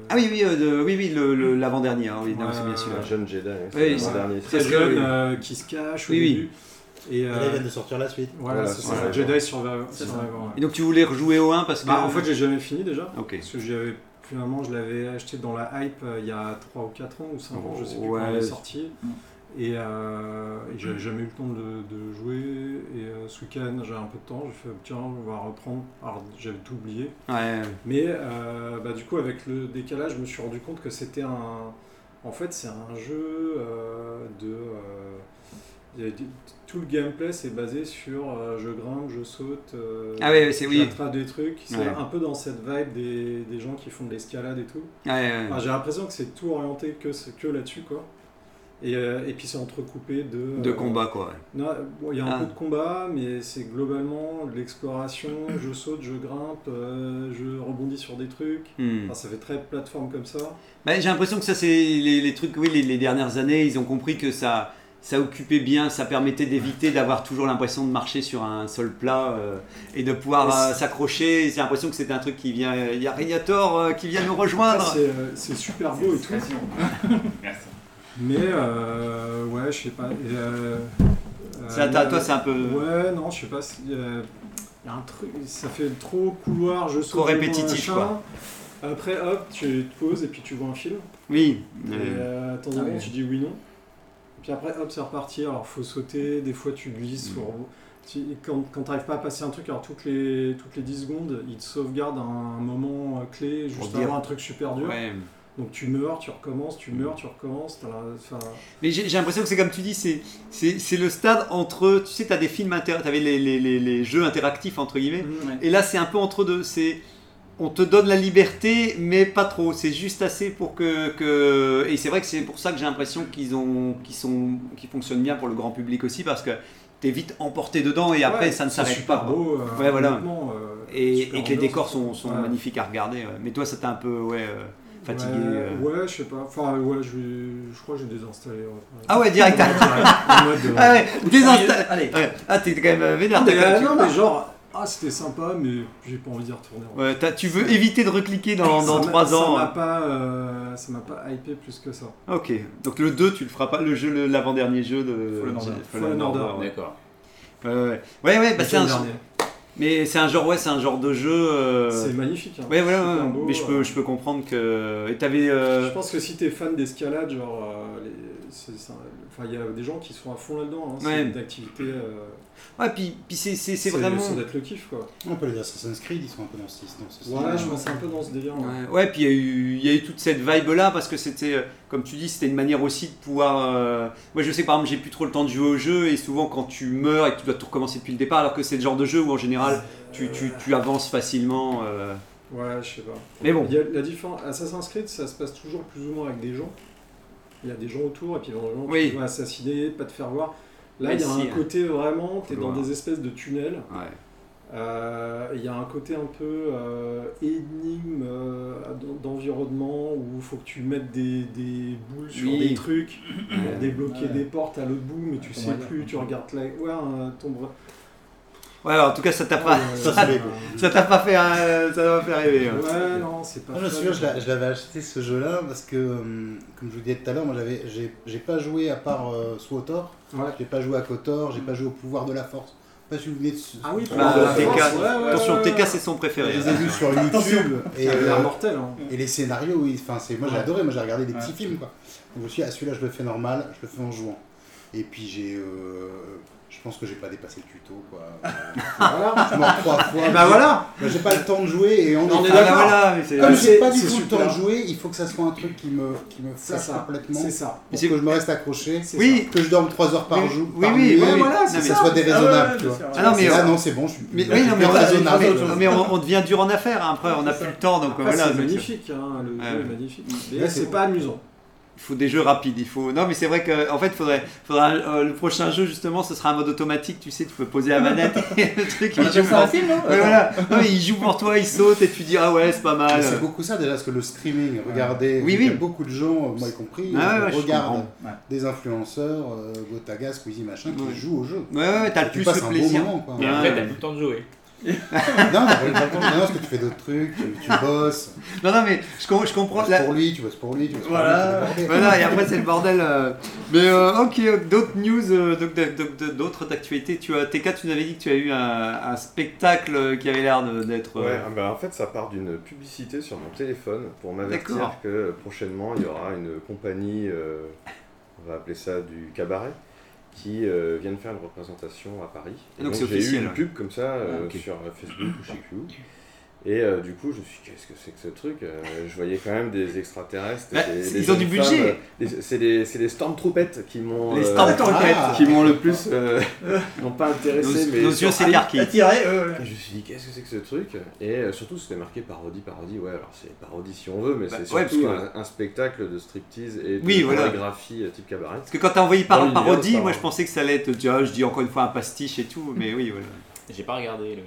S1: Ah oui, oui, euh, de- oui, oui, le- le- l'avant-dernier. hein, oui, non,
S3: Ouais,
S1: c'est bien celui-là.
S7: Un jeune Jedi, hein. c'est
S1: Oui,
S7: le
S1: c'est-
S7: dernier.
S3: très
S1: Parce que-
S3: jeune euh, qui se cache au
S1: Oui, oui.
S3: début. Et,
S7: Et
S3: euh,
S7: là, ils viennent de sortir la suite.
S3: voilà,
S7: Voilà,
S3: c'est
S7: c'est
S3: ça,
S7: ça.
S3: Jedi survivant.
S5: C'est ça.
S3: survivant, ouais.
S1: Et donc tu voulais rejouer au 1 parce que.
S3: Bah, en fait, j'ai jamais fini déjà.
S1: Ok.
S3: Parce que j'avais finalement, je l'avais acheté dans la hype euh, il y a 3 ou 4 ans ou 5 ans, je sais plus
S1: Ouais.
S3: quand il est sorti. Et, euh, et j'avais jamais eu le temps de, de jouer. Et euh, ce week-end, j'avais un peu de temps, j'ai fait tiens, on va reprendre. Alors j'avais tout oublié.
S1: Ouais.
S3: Mais euh, bah, du coup, avec le décalage, je me suis rendu compte que c'était un. En fait, c'est un jeu euh, de. euh, il y a des- Tout le gameplay, c'est basé sur euh, je grimpe, je saute, euh,
S1: Ah ouais, ouais, c'est oui.
S3: j'attrape des trucs. C'est
S1: Ouais.
S3: un peu dans cette vibe des, des gens qui font de l'escalade et tout.
S1: Ouais, ouais.
S3: Enfin, J'ai l'impression que c'est tout orienté que, ce- que là-dessus, quoi. Et, euh, et puis c'est entrecoupé de.
S1: De
S3: euh,
S1: combat quoi. ouais.
S3: non, bon, il y a un
S1: Ah.
S3: peu de combat, mais c'est globalement de l'exploration. Je saute, je grimpe, euh, je rebondis sur des trucs.
S1: Hmm.
S3: Enfin, ça fait très plateforme comme ça.
S1: Bah, j'ai l'impression que ça c'est les, les trucs, oui, les, les dernières années, ils ont compris que ça, ça occupait bien, ça permettait d'éviter d'avoir toujours l'impression de marcher sur un sol plat euh, et de pouvoir
S3: Ouais,
S1: euh, s'accrocher. J'ai l'impression que c'était un truc qui vient. Il y a Regnator euh, qui vient nous rejoindre.
S3: Après, c'est, euh, c'est super beau et tout. Mais euh, ouais, je sais pas. et, euh,
S1: C'est
S3: euh,
S1: à ta- toi, c'est un peu-
S3: Ouais, non, je sais pas. c'est- euh, Il y a un truc, ça fait trop couloir, je saute.
S1: Trop
S3: je vois
S1: répétitif,
S3: machin.
S1: quoi.
S3: Après, hop, tu te poses et puis tu vois un film.
S1: Oui.
S3: Et
S1: Euh,
S3: euh, de temps en
S1: Ah
S3: temps,
S1: ouais.
S3: tu dis oui, non. Et puis après, hop, c'est reparti. Alors, faut sauter. Des fois, tu glisses.
S1: Mm.
S3: faut re- tu- Quand, quand t'arrives pas à passer un truc, alors toutes les, toutes les 10 secondes, il te sauvegarde un, moment euh, clé
S1: Pour
S3: juste
S1: dire-
S3: avant un truc super dur.
S1: ouais.
S3: Donc, tu meurs, tu recommences, tu meurs, tu recommences. t'as la- enfin,
S1: Mais j'ai j'ai l'impression que c'est comme tu dis, c'est- c'est c'est le stade entre. Tu sais, t'as des films inter- t'avais les, les, les, les jeux interactifs entre guillemets.
S5: Mmh, Ouais.
S1: Et là, c'est un peu entre deux. C'est on te donne la liberté, mais pas trop. C'est juste assez pour que, que... et c'est vrai que c'est pour ça que j'ai l'impression qu'ils ont, qu'ils sont, qu'ils fonctionnent bien pour le grand public aussi, parce que t'es vite emporté dedans et après
S3: ouais,
S1: ça ne
S3: c'est
S1: s'arrête pas.
S3: super
S1: quoi.
S3: Beau, euh,
S1: Ouais, voilà.
S3: honnêtement, euh,
S1: Et,
S3: super
S1: et que les
S3: ambiance.
S1: décors sont, sont
S3: Ouais.
S1: magnifiques à regarder. ouais. Mais toi, ça t'a un peu ouais, euh, fatigué.
S3: Ouais,
S1: euh.
S3: ouais, je sais pas. Enfin, ouais, je, vais- je crois que j'ai désinstallé. ouais.
S1: Ah ouais, direct.
S3: En mode, euh,
S1: Ah ouais, désinstalle.
S5: Sérieux Allez.
S1: Ouais. Ah, t'es quand même euh, vénère. t'as
S3: Mais,
S1: quand même-
S3: euh, non, mais genre, ah, c'était sympa, mais j'ai pas envie d'y retourner. en fait.
S1: Ouais, t'as- tu veux éviter de recliquer dans,
S3: Ça
S1: dans
S3: m'a-
S1: 3 ans. hein.
S3: Ça m'a pas, euh, ça m'a pas hypé plus que ça.
S1: Ok, donc le 2, tu le feras pas, le jeu, le- l'avant-dernier jeu de
S5: Fallen Order.
S3: Fallen Order,
S1: ouais.
S8: D'accord.
S1: Ouais, ouais, ouais, ouais, bah,
S3: Le
S1: c'est un,
S3: jeu dernier.
S1: mais c'est un genre, ouais, c'est un genre de jeu. euh,
S3: C'est magnifique. hein.
S1: Ouais, voilà,
S3: Super
S1: ouais,
S3: beau,
S1: mais je
S3: euh.
S1: peux, je peux comprendre que. Et t'avais. euh,
S3: Je pense que si t'es fan d'escalade, genre, euh, les- c'est- c'est un- enfin, il y a des gens qui sont à fond là-dedans. hein. C'est
S1: Ouais.
S3: une activité. euh,
S1: Ouais, puis, puis c'est, c'est, c'est vraiment.
S3: Ça doit être le kiff, quoi.
S4: On peut les Assassin's Creed, ils sont un peu dans ce dans ce style.
S3: Ouais, je pense un peu dans ce délire. ouais.
S1: Ouais, ouais, puis il y, a eu- il y a eu toute cette vibe là parce que c'était, euh, comme tu dis, c'était une manière aussi de pouvoir. euh, Moi je sais que, par exemple, j'ai plus trop le temps de jouer au jeu et souvent quand tu meurs et que tu dois tout recommencer depuis le départ, alors que c'est le genre de jeu où en général tu, tu, tu avances facilement. euh,
S3: Ouais, je sais pas.
S1: Mais bon.
S3: Il y a la différence. Assassin's Creed, ça se passe toujours plus ou moins avec des gens. Il y a des gens autour, et puis éventuellement,
S1: Oui.
S3: tu vas assassiner, pas te faire voir. Là,
S1: Mais
S3: il y a
S1: si,
S3: un
S1: hein.
S3: côté vraiment, t'es dans
S1: Couloir.
S3: des espèces de tunnels.
S1: Ouais.
S3: Euh, Il y a un côté un peu euh, énigme euh, d'en- d'environnement où il faut que tu mettes des, des boules sur
S1: Oui.
S3: des trucs pour débloquer
S5: Ouais.
S3: des portes à l'autre bout, mais tu
S5: Tomb
S3: sais
S5: Raider.
S3: plus, tu regardes la. Ouais, un tombe.
S1: Ouais, en tout cas, ça t'a pas, ça, t'a pas fait, euh, ça t'a pas fait rêver. ouais.
S3: Ouais, non, c'est pas.
S4: Moi, Ah, je me
S3: fun.
S4: souviens, je l'a- je l'avais acheté ce jeu-là parce que, hum, comme je vous disais tout à l'heure, moi j'avais, j'ai, j'ai pas joué à part euh, Swotor,
S3: Ouais.
S4: j'ai pas joué à Kotor, j'ai pas joué au pouvoir de la force. Je sais pas si vous venez de ce.
S3: Ah oui, pour
S1: Bah,
S3: la
S1: TK,
S3: force, ouais, ouais,
S1: Attention,
S3: ouais,
S1: TK,
S3: ouais.
S1: c'est son
S4: Je
S1: préféré. hein.
S4: les ai vus sur YouTube et,
S3: Ça avait l'air
S4: euh,
S3: mortel, hein.
S4: et les scénarios, oui, enfin, c'est, moi j'ai
S3: Ouais.
S4: adoré, moi j'ai regardé des
S5: Ouais.
S4: petits films quoi. Donc je me suis dit, ah celui-là je le fais normal, je le fais en jouant. Et Et puis j'ai. euh, je pense que j'ai pas dépassé le tuto, quoi. Euh, voilà, je meurs trois fois.
S1: Eh ben voilà.
S4: Bah, J'ai pas le temps de jouer et on,
S1: On est
S4: pas
S1: d'accord.
S4: là.
S1: Voilà, mais c'est-
S4: Comme j'ai
S1: c'est-
S4: pas du
S1: c'est
S4: tout le
S1: super.
S4: temps de jouer, il faut que ça soit un truc qui me, qui me
S1: C'est
S4: flash
S1: ça,
S4: complètement.
S1: c'est ça.
S4: Pour que je me reste accroché.
S1: Oui.
S4: Que je dorme 3 heures par
S1: Oui,
S4: jour.
S1: oui,
S4: par
S1: oui,
S4: nuit,
S1: oui,
S3: Ah,
S4: et
S1: voilà,
S4: que
S1: c'est
S4: ça
S1: ça.
S4: soit déraisonnable,
S1: Ah ouais,
S4: tu vois.
S1: ouais, Ah non, mais-
S4: Et là, non, c'est bon, je suis
S1: Mais,
S4: là,
S1: oui,
S4: je
S1: non,
S4: suis
S1: mais,
S4: plus
S1: on,
S4: raisonnable.
S1: mais- non, mais on- on devient dur en affaires. hein. Après, on n'a plus le temps. Donc,
S3: Après,
S1: voilà,
S3: Ah, c'est
S1: donc, euh,
S3: magnifique, hein, le
S1: Ouais.
S3: jeu est magnifique. Mais
S1: Ouais, c'est
S3: c'est
S1: bon.
S3: pas amusant.
S1: Il faut des jeux rapides. Il faut. Non, mais c'est vrai que en fait, faudrait, faudra, euh, le prochain jeu justement, ce sera un mode automatique. Tu sais, tu peux poser la manette. et le truc,
S5: Ah,
S4: On
S1: il
S4: appelle
S1: joue
S4: ça un
S1: pour-
S4: film, non
S1: Ouais, voilà. Non, mais il joue pour toi, il saute et tu dis ah ouais, c'est pas mal.
S4: Mais C'est beaucoup ça déjà, parce que le streaming, regardez,
S1: Oui,
S4: il y a
S1: oui.
S4: beaucoup de gens, moi y compris, euh,
S1: Ah ouais, ouais, je
S4: regardent
S1: comprends. Ouais.
S4: des influenceurs, euh, Gotaga, Squeezie, machin, qui jouent au jeu.
S1: Ouais, ouais, ouais, t'as
S4: Et
S1: le
S4: tu
S1: plus
S4: passes
S1: le
S4: un
S1: plaisir.
S4: Bon moment, quoi.
S1: Et après, t'as plus
S8: le temps de jouer.
S4: non, t'as pas le temps, non, parce que tu fais d'autres trucs, tu, tu bosses.
S1: Non, non, mais je, com- je comprends.
S4: Tu bosses pour lui, tu bosses pour lui, tu bosses
S1: Voilà,
S4: pour lui. tu bosses pour lui.
S1: voilà, et après c'est le bordel. euh. Mais euh, ok, euh, d'autres news, euh, donc, de- de- de- d'autres d'actualité. Tu as T4, tu nous avais dit que tu as eu un, un spectacle euh, qui avait l'air de- d'être.
S2: Ouais,
S1: euh,
S2: ah bah, en fait, ça part d'une publicité sur mon téléphone pour m'avertir
S1: D'accord.
S2: que euh, prochainement il y aura une compagnie, euh, on va appeler ça du cabaret, qui euh, viennent faire une représentation à Paris.
S1: Et donc, c'est
S2: J'ai eu
S1: officiel.
S2: une pub comme ça euh,
S1: Ah, ok.
S2: sur Facebook ou je sais plus où. Et euh, du coup, je me suis dit, qu'est-ce que c'est que ce truc Euh, Je voyais quand même des extraterrestres.
S1: Bah,
S2: des-
S1: c'est-
S2: des
S1: ils ont du
S2: jeunes
S1: budget.
S2: femmes, euh, des- C'est des, c'est des Stormtroopettes qui m'ont.
S1: Les Stormtroopettes.
S2: Euh, ah, Qui m'ont le plus. euh, n'ont pas intéressé.
S1: Nos-
S2: mais
S1: nos
S2: ils
S1: yeux
S2: sont
S5: euh,
S1: s'écarquillent.
S2: attirés,
S1: Ouais, ouais.
S2: Et je me suis dit, qu'est-ce que c'est que ce truc Et euh, surtout, c'était marqué parodie, parodie. Ouais, alors c'est parodie si on veut, mais
S1: Bah,
S2: c'est
S1: ouais,
S2: surtout
S1: parce
S2: un, un spectacle de striptease et de
S1: Oui, voilà.
S2: chorégraphie euh, type cabaret.
S1: Parce que quand t'as envoyé par
S2: Dans
S1: un
S2: l'univers de
S1: parodie,
S2: Star
S1: moi
S2: Wars.
S1: je pensais que ça allait être, tu vois, je dis encore une fois un pastiche et tout, mais oui, voilà.
S8: J'ai pas regardé le.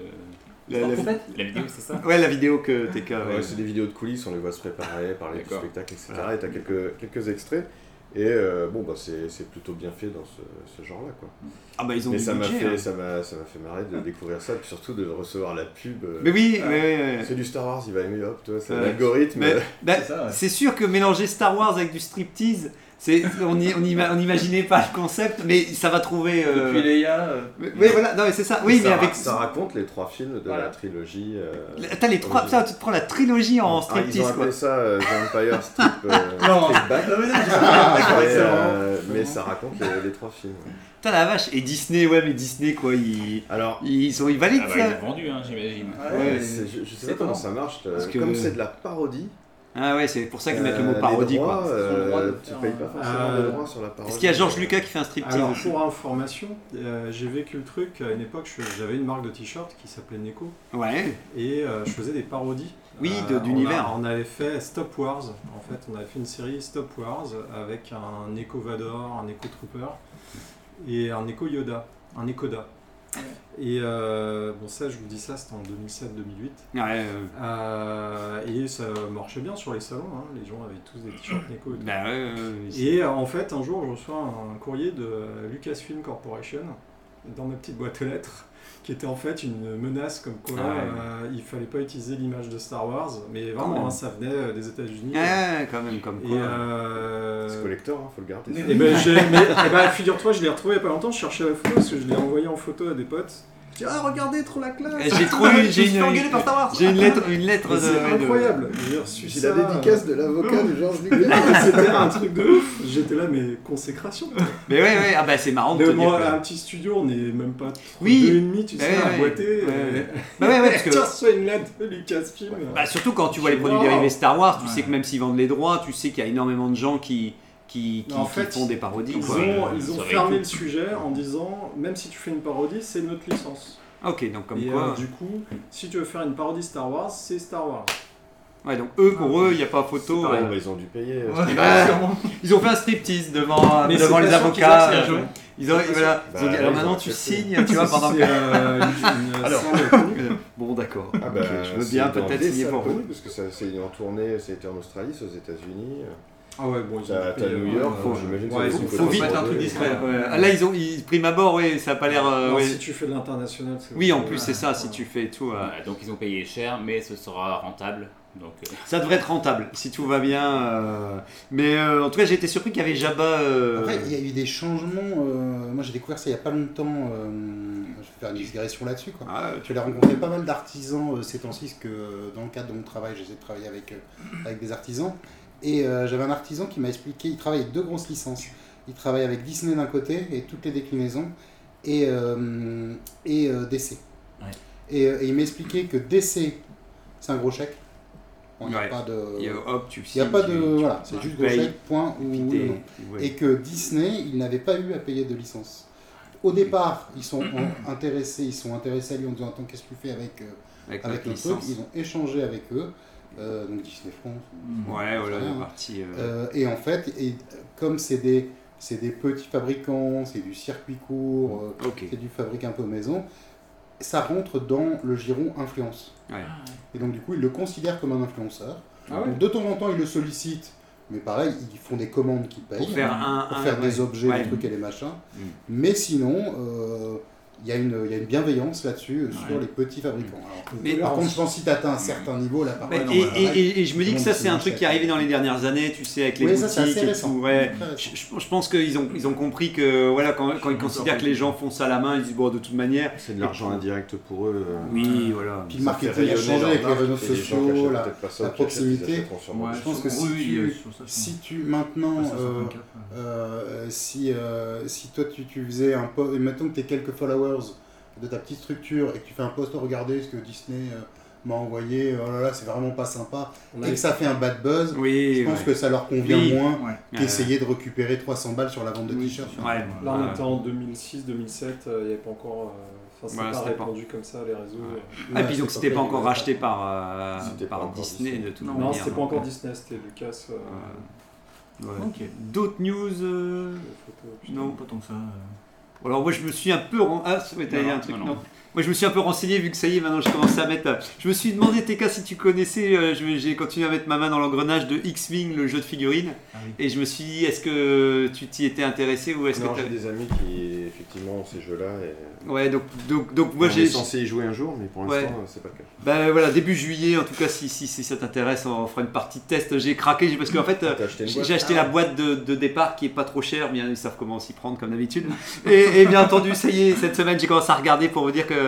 S1: La- la-
S8: la vidéo, c'est ça
S1: Ouais, la vidéo que TK.
S2: Ouais,
S1: ouais.
S2: c'est des vidéos de coulisses, on les voit se préparer, parler du
S8: D'accord.
S2: spectacle, etc.
S1: Ah.
S2: Et t'as quelques, quelques extraits. Et euh, bon, bah, c'est c'est plutôt bien fait dans ce, ce genre-là. quoi.
S1: Ah bah, ils ont
S2: Mais
S1: du
S2: ça m'a
S1: budget,
S2: fait,
S1: hein. Ah.
S2: ça m'a- ça m'a fait marrer de découvrir ça, puis surtout de recevoir la pub. euh,
S1: Mais oui,
S2: ah,
S1: ouais, ouais, ouais.
S2: C'est du Star Wars, il va aimer, hop, toi, c'est
S1: Ouais.
S2: l'algorithme.
S1: Mais, bah,
S2: C'est ça, ouais.
S1: C'est sûr que mélanger Star Wars avec du striptease, c'est, on y- on ima- on n'imaginait pas le concept, mais ça va trouver. euh,
S5: Depuis Leia, euh,
S1: Mais- Oui, voilà, non, mais c'est ça. Oui,
S2: ça
S1: mais
S2: ra-
S1: avec.
S2: Ça raconte les trois films de la trilogie. euh,
S1: T'as les trois,
S2: originale.
S1: ça, tu te prends la trilogie en
S2: Ah, ils ont
S1: striptease, quoi.
S2: appelé ça euh, Vampire Strip, euh,
S1: Non.
S2: Strip Back.
S1: Non, mais non,
S2: mais,
S1: c'est
S2: euh,
S1: vraiment-
S2: mais ça raconte les, les trois films. ouais.
S1: Putain la vache, et Disney, ouais, mais Disney, quoi, ils.
S2: Alors.
S1: Ils sont, ils valident
S8: Ah bah,
S1: ça.
S8: ils l'ont vendu, hein, j'imagine.
S5: Ah,
S2: Ouais, c'est- je, je sais pas comment ça marche. euh,
S1: Parce que-
S2: Comme c'est de la parodie.
S1: Ah ouais, c'est pour ça qu'ils mettent le
S2: euh,
S1: mot
S2: les
S1: parodie,
S2: droits,
S1: quoi.
S2: euh, tu payes pas forcément les droits sur la parodie.
S1: Ah.
S2: euh,
S1: Est-ce qu'il y a Georges Lucas qui fait un striptease
S3: Alors,
S1: aussi
S3: pour information, euh, j'ai vécu le truc à une époque, je- j'avais une marque de t-shirt qui s'appelait Neko.
S1: Ouais.
S3: Et euh, je faisais des parodies.
S1: Oui,
S3: Euh,
S1: de-
S3: on
S1: d'univers.
S3: a- On, avait fait Stop Wars, en fait, on avait fait une série Stop Wars avec un Neko Vador, un Neko Trooper et un Neko Yoda, un Ekoda. Et euh, bon, ça, je vous dis ça, c'était en 2007-2008.
S1: Ouais, ouais, ouais.
S3: Euh, et ça marchait bien sur les salons, hein. les gens avaient tous des t-shirts Neko et tout.
S1: Bah ouais, ouais, ouais.
S3: Et euh, en fait, un jour, je reçois un courrier de Lucasfilm Corporation dans ma petite boîte aux lettres, qui était en fait une menace comme quoi
S1: Ah ouais.
S3: euh, il fallait pas utiliser l'image de Star Wars, mais
S1: Quand même. Ah,
S3: vraiment, hein, ça venait euh, des États-Unis.
S1: Ouais, quand même, comme quoi.
S3: Et, euh,
S2: C'est collector, hein, faut le garder. ça.
S3: et ben, j'ai- mais- eh ben, figure-toi, je l'ai retrouvé il y a pas longtemps, je cherchais la photo parce que je l'ai envoyé en photo à des potes. J'ai dit, ah, regardez, trop la classe!
S1: Eh, J'ai trop eu, j'ai une,
S3: engueulé par Star Wars!
S1: j'ai une lettre, une lettre
S3: Mais
S1: de.
S3: C'est
S1: de-
S3: incroyable! J'ai reçu
S2: J'ai
S3: ça,
S2: la
S1: euh,
S2: dédicace de l'avocat de Georges Lucas.
S3: C'était un truc de ouf! J'étais là, mais consécration!
S1: Mais ouais, ouais, ah bah c'est marrant de
S3: Mais
S1: te dire
S3: moi, euh,
S1: que-
S3: un petit studio, on est même pas trop
S1: Oui.
S3: deux et demi, tu
S1: Bah
S3: sais,
S1: ouais,
S3: à
S1: ouais.
S3: boiter.
S1: Ouais,
S3: euh,
S1: ouais. Bah ouais, ouais, parce que-
S3: Tiens, reçois une lettre de Lucasfilm.
S1: Bah, surtout quand tu vois
S3: Je
S1: les produits
S3: vois.
S1: dérivés Star Wars, tu sais que même s'ils vendent les droits, tu sais qu'il y a énormément de gens qui, qui, qui,
S3: En
S1: qui
S3: fait,
S1: font des parodies.
S3: Ils
S1: quoi.
S3: ont, ils ont fermé le sujet en disant, même si tu fais une parodie, c'est notre licence.
S1: Ah, Ok, donc comme
S3: Et,
S1: quoi.
S3: euh, du coup, si tu veux faire une parodie Star Wars, c'est Star Wars. euh,
S1: Ouais, donc eux, pour eux, il n'y a pas photo.
S2: pareil,
S1: ouais.
S2: bah, ils ont dû payer.
S1: Ouais,
S2: C'est-
S1: bah, ils ont fait un striptease devant,
S3: Mais
S1: Ah, devant
S3: c'est
S1: les
S3: pas sûr
S1: avocats.
S3: qu'ils
S1: euh,
S3: acceptent, ouais.
S1: Ils ont,
S3: C'est pas
S1: voilà,
S3: sûr.
S1: ils ont dit,
S2: Bah,
S1: alors
S2: ils
S1: maintenant
S2: ont
S1: tu
S2: accepté.
S1: signes, tu vois,
S3: Si,
S1: pendant
S3: si,
S1: que.
S3: euh, une- une
S2: Alors.
S3: salle connue.
S1: Bon, d'accord.
S2: Ah bah,
S1: Ok, je veux
S2: c'est
S1: bien
S2: dans
S1: peut-être
S2: des
S1: signer
S2: salles
S1: pour vous.
S2: connues, Parce que ça c'est en tournée, ça a été en Australie, c'est aux États-Unis.
S3: Ah ouais, bon, ils ont
S2: T'as
S3: dû
S2: t'as
S3: payer,
S2: New
S3: ouais,
S2: York,
S3: ouais.
S2: j'imagine.
S3: Ouais,
S2: ça
S3: ils
S2: doit
S3: ont
S2: coûter
S3: faut
S2: beaucoup
S3: vite
S2: de
S3: un truc
S2: jeux.
S3: discret.
S1: Ouais, Là, ils ont, ils, prime abord, ouais, ça a pas l'air. euh,
S3: Non,
S1: ouais.
S3: Si tu fais de l'international, c'est
S1: Oui, en plus, c'est ça, si tu fais tout. euh,
S8: Voilà, donc ils ont payé cher, mais ce sera rentable. Donc, euh,
S1: Ça devrait être rentable si tout va bien. euh, Mais euh, en tout cas, j'ai été surpris qu'il y avait Jabba. euh,
S4: Après, il y a eu des changements. euh, moi, j'ai découvert ça il n'y a pas longtemps. euh, je vais faire une digression là-dessus. Quoi.
S1: Ah,
S4: Tu l'as rencontré pas mal d'artisans euh, ces temps-ci, parce que euh, dans le cadre de mon travail, j'essaie de travailler avec, euh, avec des artisans. Et euh, j'avais un artisan qui m'a expliqué, il travaille avec deux grosses licences. il travaille avec Disney d'un côté et toutes les déclinaisons et, euh, et euh, DC.
S5: Ouais.
S4: Et, euh, et il m'expliquait que DC, c'est un gros chèque. Bon, Il n'y a
S1: Ouais.
S4: pas de.
S1: Il y a- hop, tu
S4: Il y a
S1: signes,
S4: pas
S1: tu-
S4: de.
S1: tu-
S4: voilà, c'est
S1: tu
S4: juste gros
S1: payes.
S4: chèque, point ou
S1: Puis t'es-
S4: non.
S1: ouais.
S4: Et que Disney, ils n'avaient pas eu à payer de licence. Au départ, ils sont en- intéressés, ils sont intéressés à lui en disant Attends, qu'est-ce que tu fais avec, euh,
S1: Avec
S4: avec
S1: notre
S4: le truc
S1: licence.
S4: Ils ont échangé avec eux, euh, donc Disney France. ou-
S1: Ouais,
S4: j'en sais
S1: voilà,
S4: rien,
S1: la
S4: hein.
S1: partie, euh,
S4: Euh, et en fait, et, euh, comme c'est des, c'est des petits fabricants, c'est du circuit court, euh, c'est du fabrique un peu maison, ça rentre dans le giron influence.
S1: Ouais.
S4: Et donc du coup, ils le considèrent comme un influenceur.
S1: Ah ouais.
S4: Donc, de temps en temps, ils le sollicitent. Mais pareil, ils font des commandes qu'ils payent
S1: Pour faire un-
S4: hein. pour
S1: un-
S4: faire des
S1: ouais.
S4: objets,
S1: Ouais.
S4: des trucs et des machins.
S1: Mm.
S4: Mais sinon, euh, il y, a une- il y a une bienveillance là-dessus euh, sur
S1: Ouais.
S4: les petits fabricants. Alors,
S1: Mais-
S4: par contre, je pense que si tu atteins un certain niveau, là, par
S1: Bah,
S4: contre,
S1: et,
S4: on va-
S1: et- et- et je me dis que
S4: Tout
S1: ça,
S4: le monde
S1: c'est un truc
S4: s'y achète.
S1: qui est arrivé dans les dernières années, tu sais, avec les
S4: Oui, ça,
S1: boutiques
S4: c'est assez
S1: et
S4: récent.
S1: tout. Ouais. Je, je- je pense qu'ils ont, ils ont compris que voilà, quand, quand ils considèrent que les gens font ça à la main, ils disent bon, de toute manière.
S2: C'est de l'argent indirect pour eux. euh,
S1: Oui, voilà.
S4: Puis
S2: ça
S4: le
S2: fait
S4: marketing a
S2: rayonner
S4: changé
S2: leur
S4: avec les
S2: marque,
S4: réseaux
S2: et gens qui achètent
S4: sociaux, la,
S2: peut-être pas ça
S4: la
S2: ou qui achètent, ils
S4: proximité.
S2: achèteront sûrement
S4: je
S2: autre
S4: pense
S2: chose.
S4: que si,
S2: Oui,
S4: tu,
S2: oui, sur ça, je
S4: si tu maintenant, euh, euh, si, euh, si toi tu, tu faisais un post, et maintenant que tu quelques followers de ta petite structure et que tu fais un post, regardez ce que Disney euh, m'a envoyé, oh là là, c'est vraiment pas sympa,
S1: On
S4: et
S1: avait-
S4: que ça fait un bad buzz,
S1: Oui,
S4: je pense
S1: ouais.
S4: que ça leur convient
S1: Oui.
S4: moins
S1: Ouais.
S4: qu'essayer de récupérer 300 balles sur la vente de t-shirts.
S1: Ouais.
S3: Là, on était en 2006, 2007, euh, il n'y avait pas encore. euh, Enfin, c'est
S1: Voilà,
S3: pas
S1: c'était pas-
S3: répandu comme ça, les réseaux. euh.
S1: Ah, puis donc, c'était pas encore racheté par, euh, par Disney, de toute
S3: Non,
S1: manière.
S3: c'était pas
S1: donc,
S3: encore
S1: euh,
S3: Disney, c'était Lucas. euh,
S1: ouais.
S5: Ok.
S1: D'autres news euh,
S5: Non, pas tant que ça. euh,
S1: Alors moi je me suis un peu ren- ah, ça va être
S5: Non,
S1: un
S5: non,
S1: truc
S5: non,
S1: non,
S5: non.
S1: Moi je me suis un peu renseigné vu que ça y est maintenant je commence à mettre. euh, Je me suis demandé TK si tu connaissais. euh, je vais- J'ai continué à mettre ma main dans l'engrenage de X-wing le jeu de figurines et je me suis dit est-ce que tu t'y étais intéressé ou est-ce que
S2: Non,
S1: t'as-
S2: j'ai des amis qui, effectivement, ont ces jeux-là. et-
S1: Ouais donc donc donc moi
S2: On
S1: j'ai
S2: est censé y jouer un jour, mais pour
S1: Ouais.
S2: l'instant, euh, c'est pas le cas.
S1: Bah voilà, début juillet, en tout cas, si, si, si ça t'intéresse, on fera une partie de test. J'ai craqué j'ai- parce qu'en fait, euh,
S2: acheté une
S1: j'ai
S2: boîte
S1: j'ai acheté
S2: Ah
S1: la boîte de, de départ qui est pas trop chère, bien ils savent comment s'y prendre comme d'habitude. Et, et bien entendu, ça y est, cette semaine j'ai commencé à regarder pour vous dire que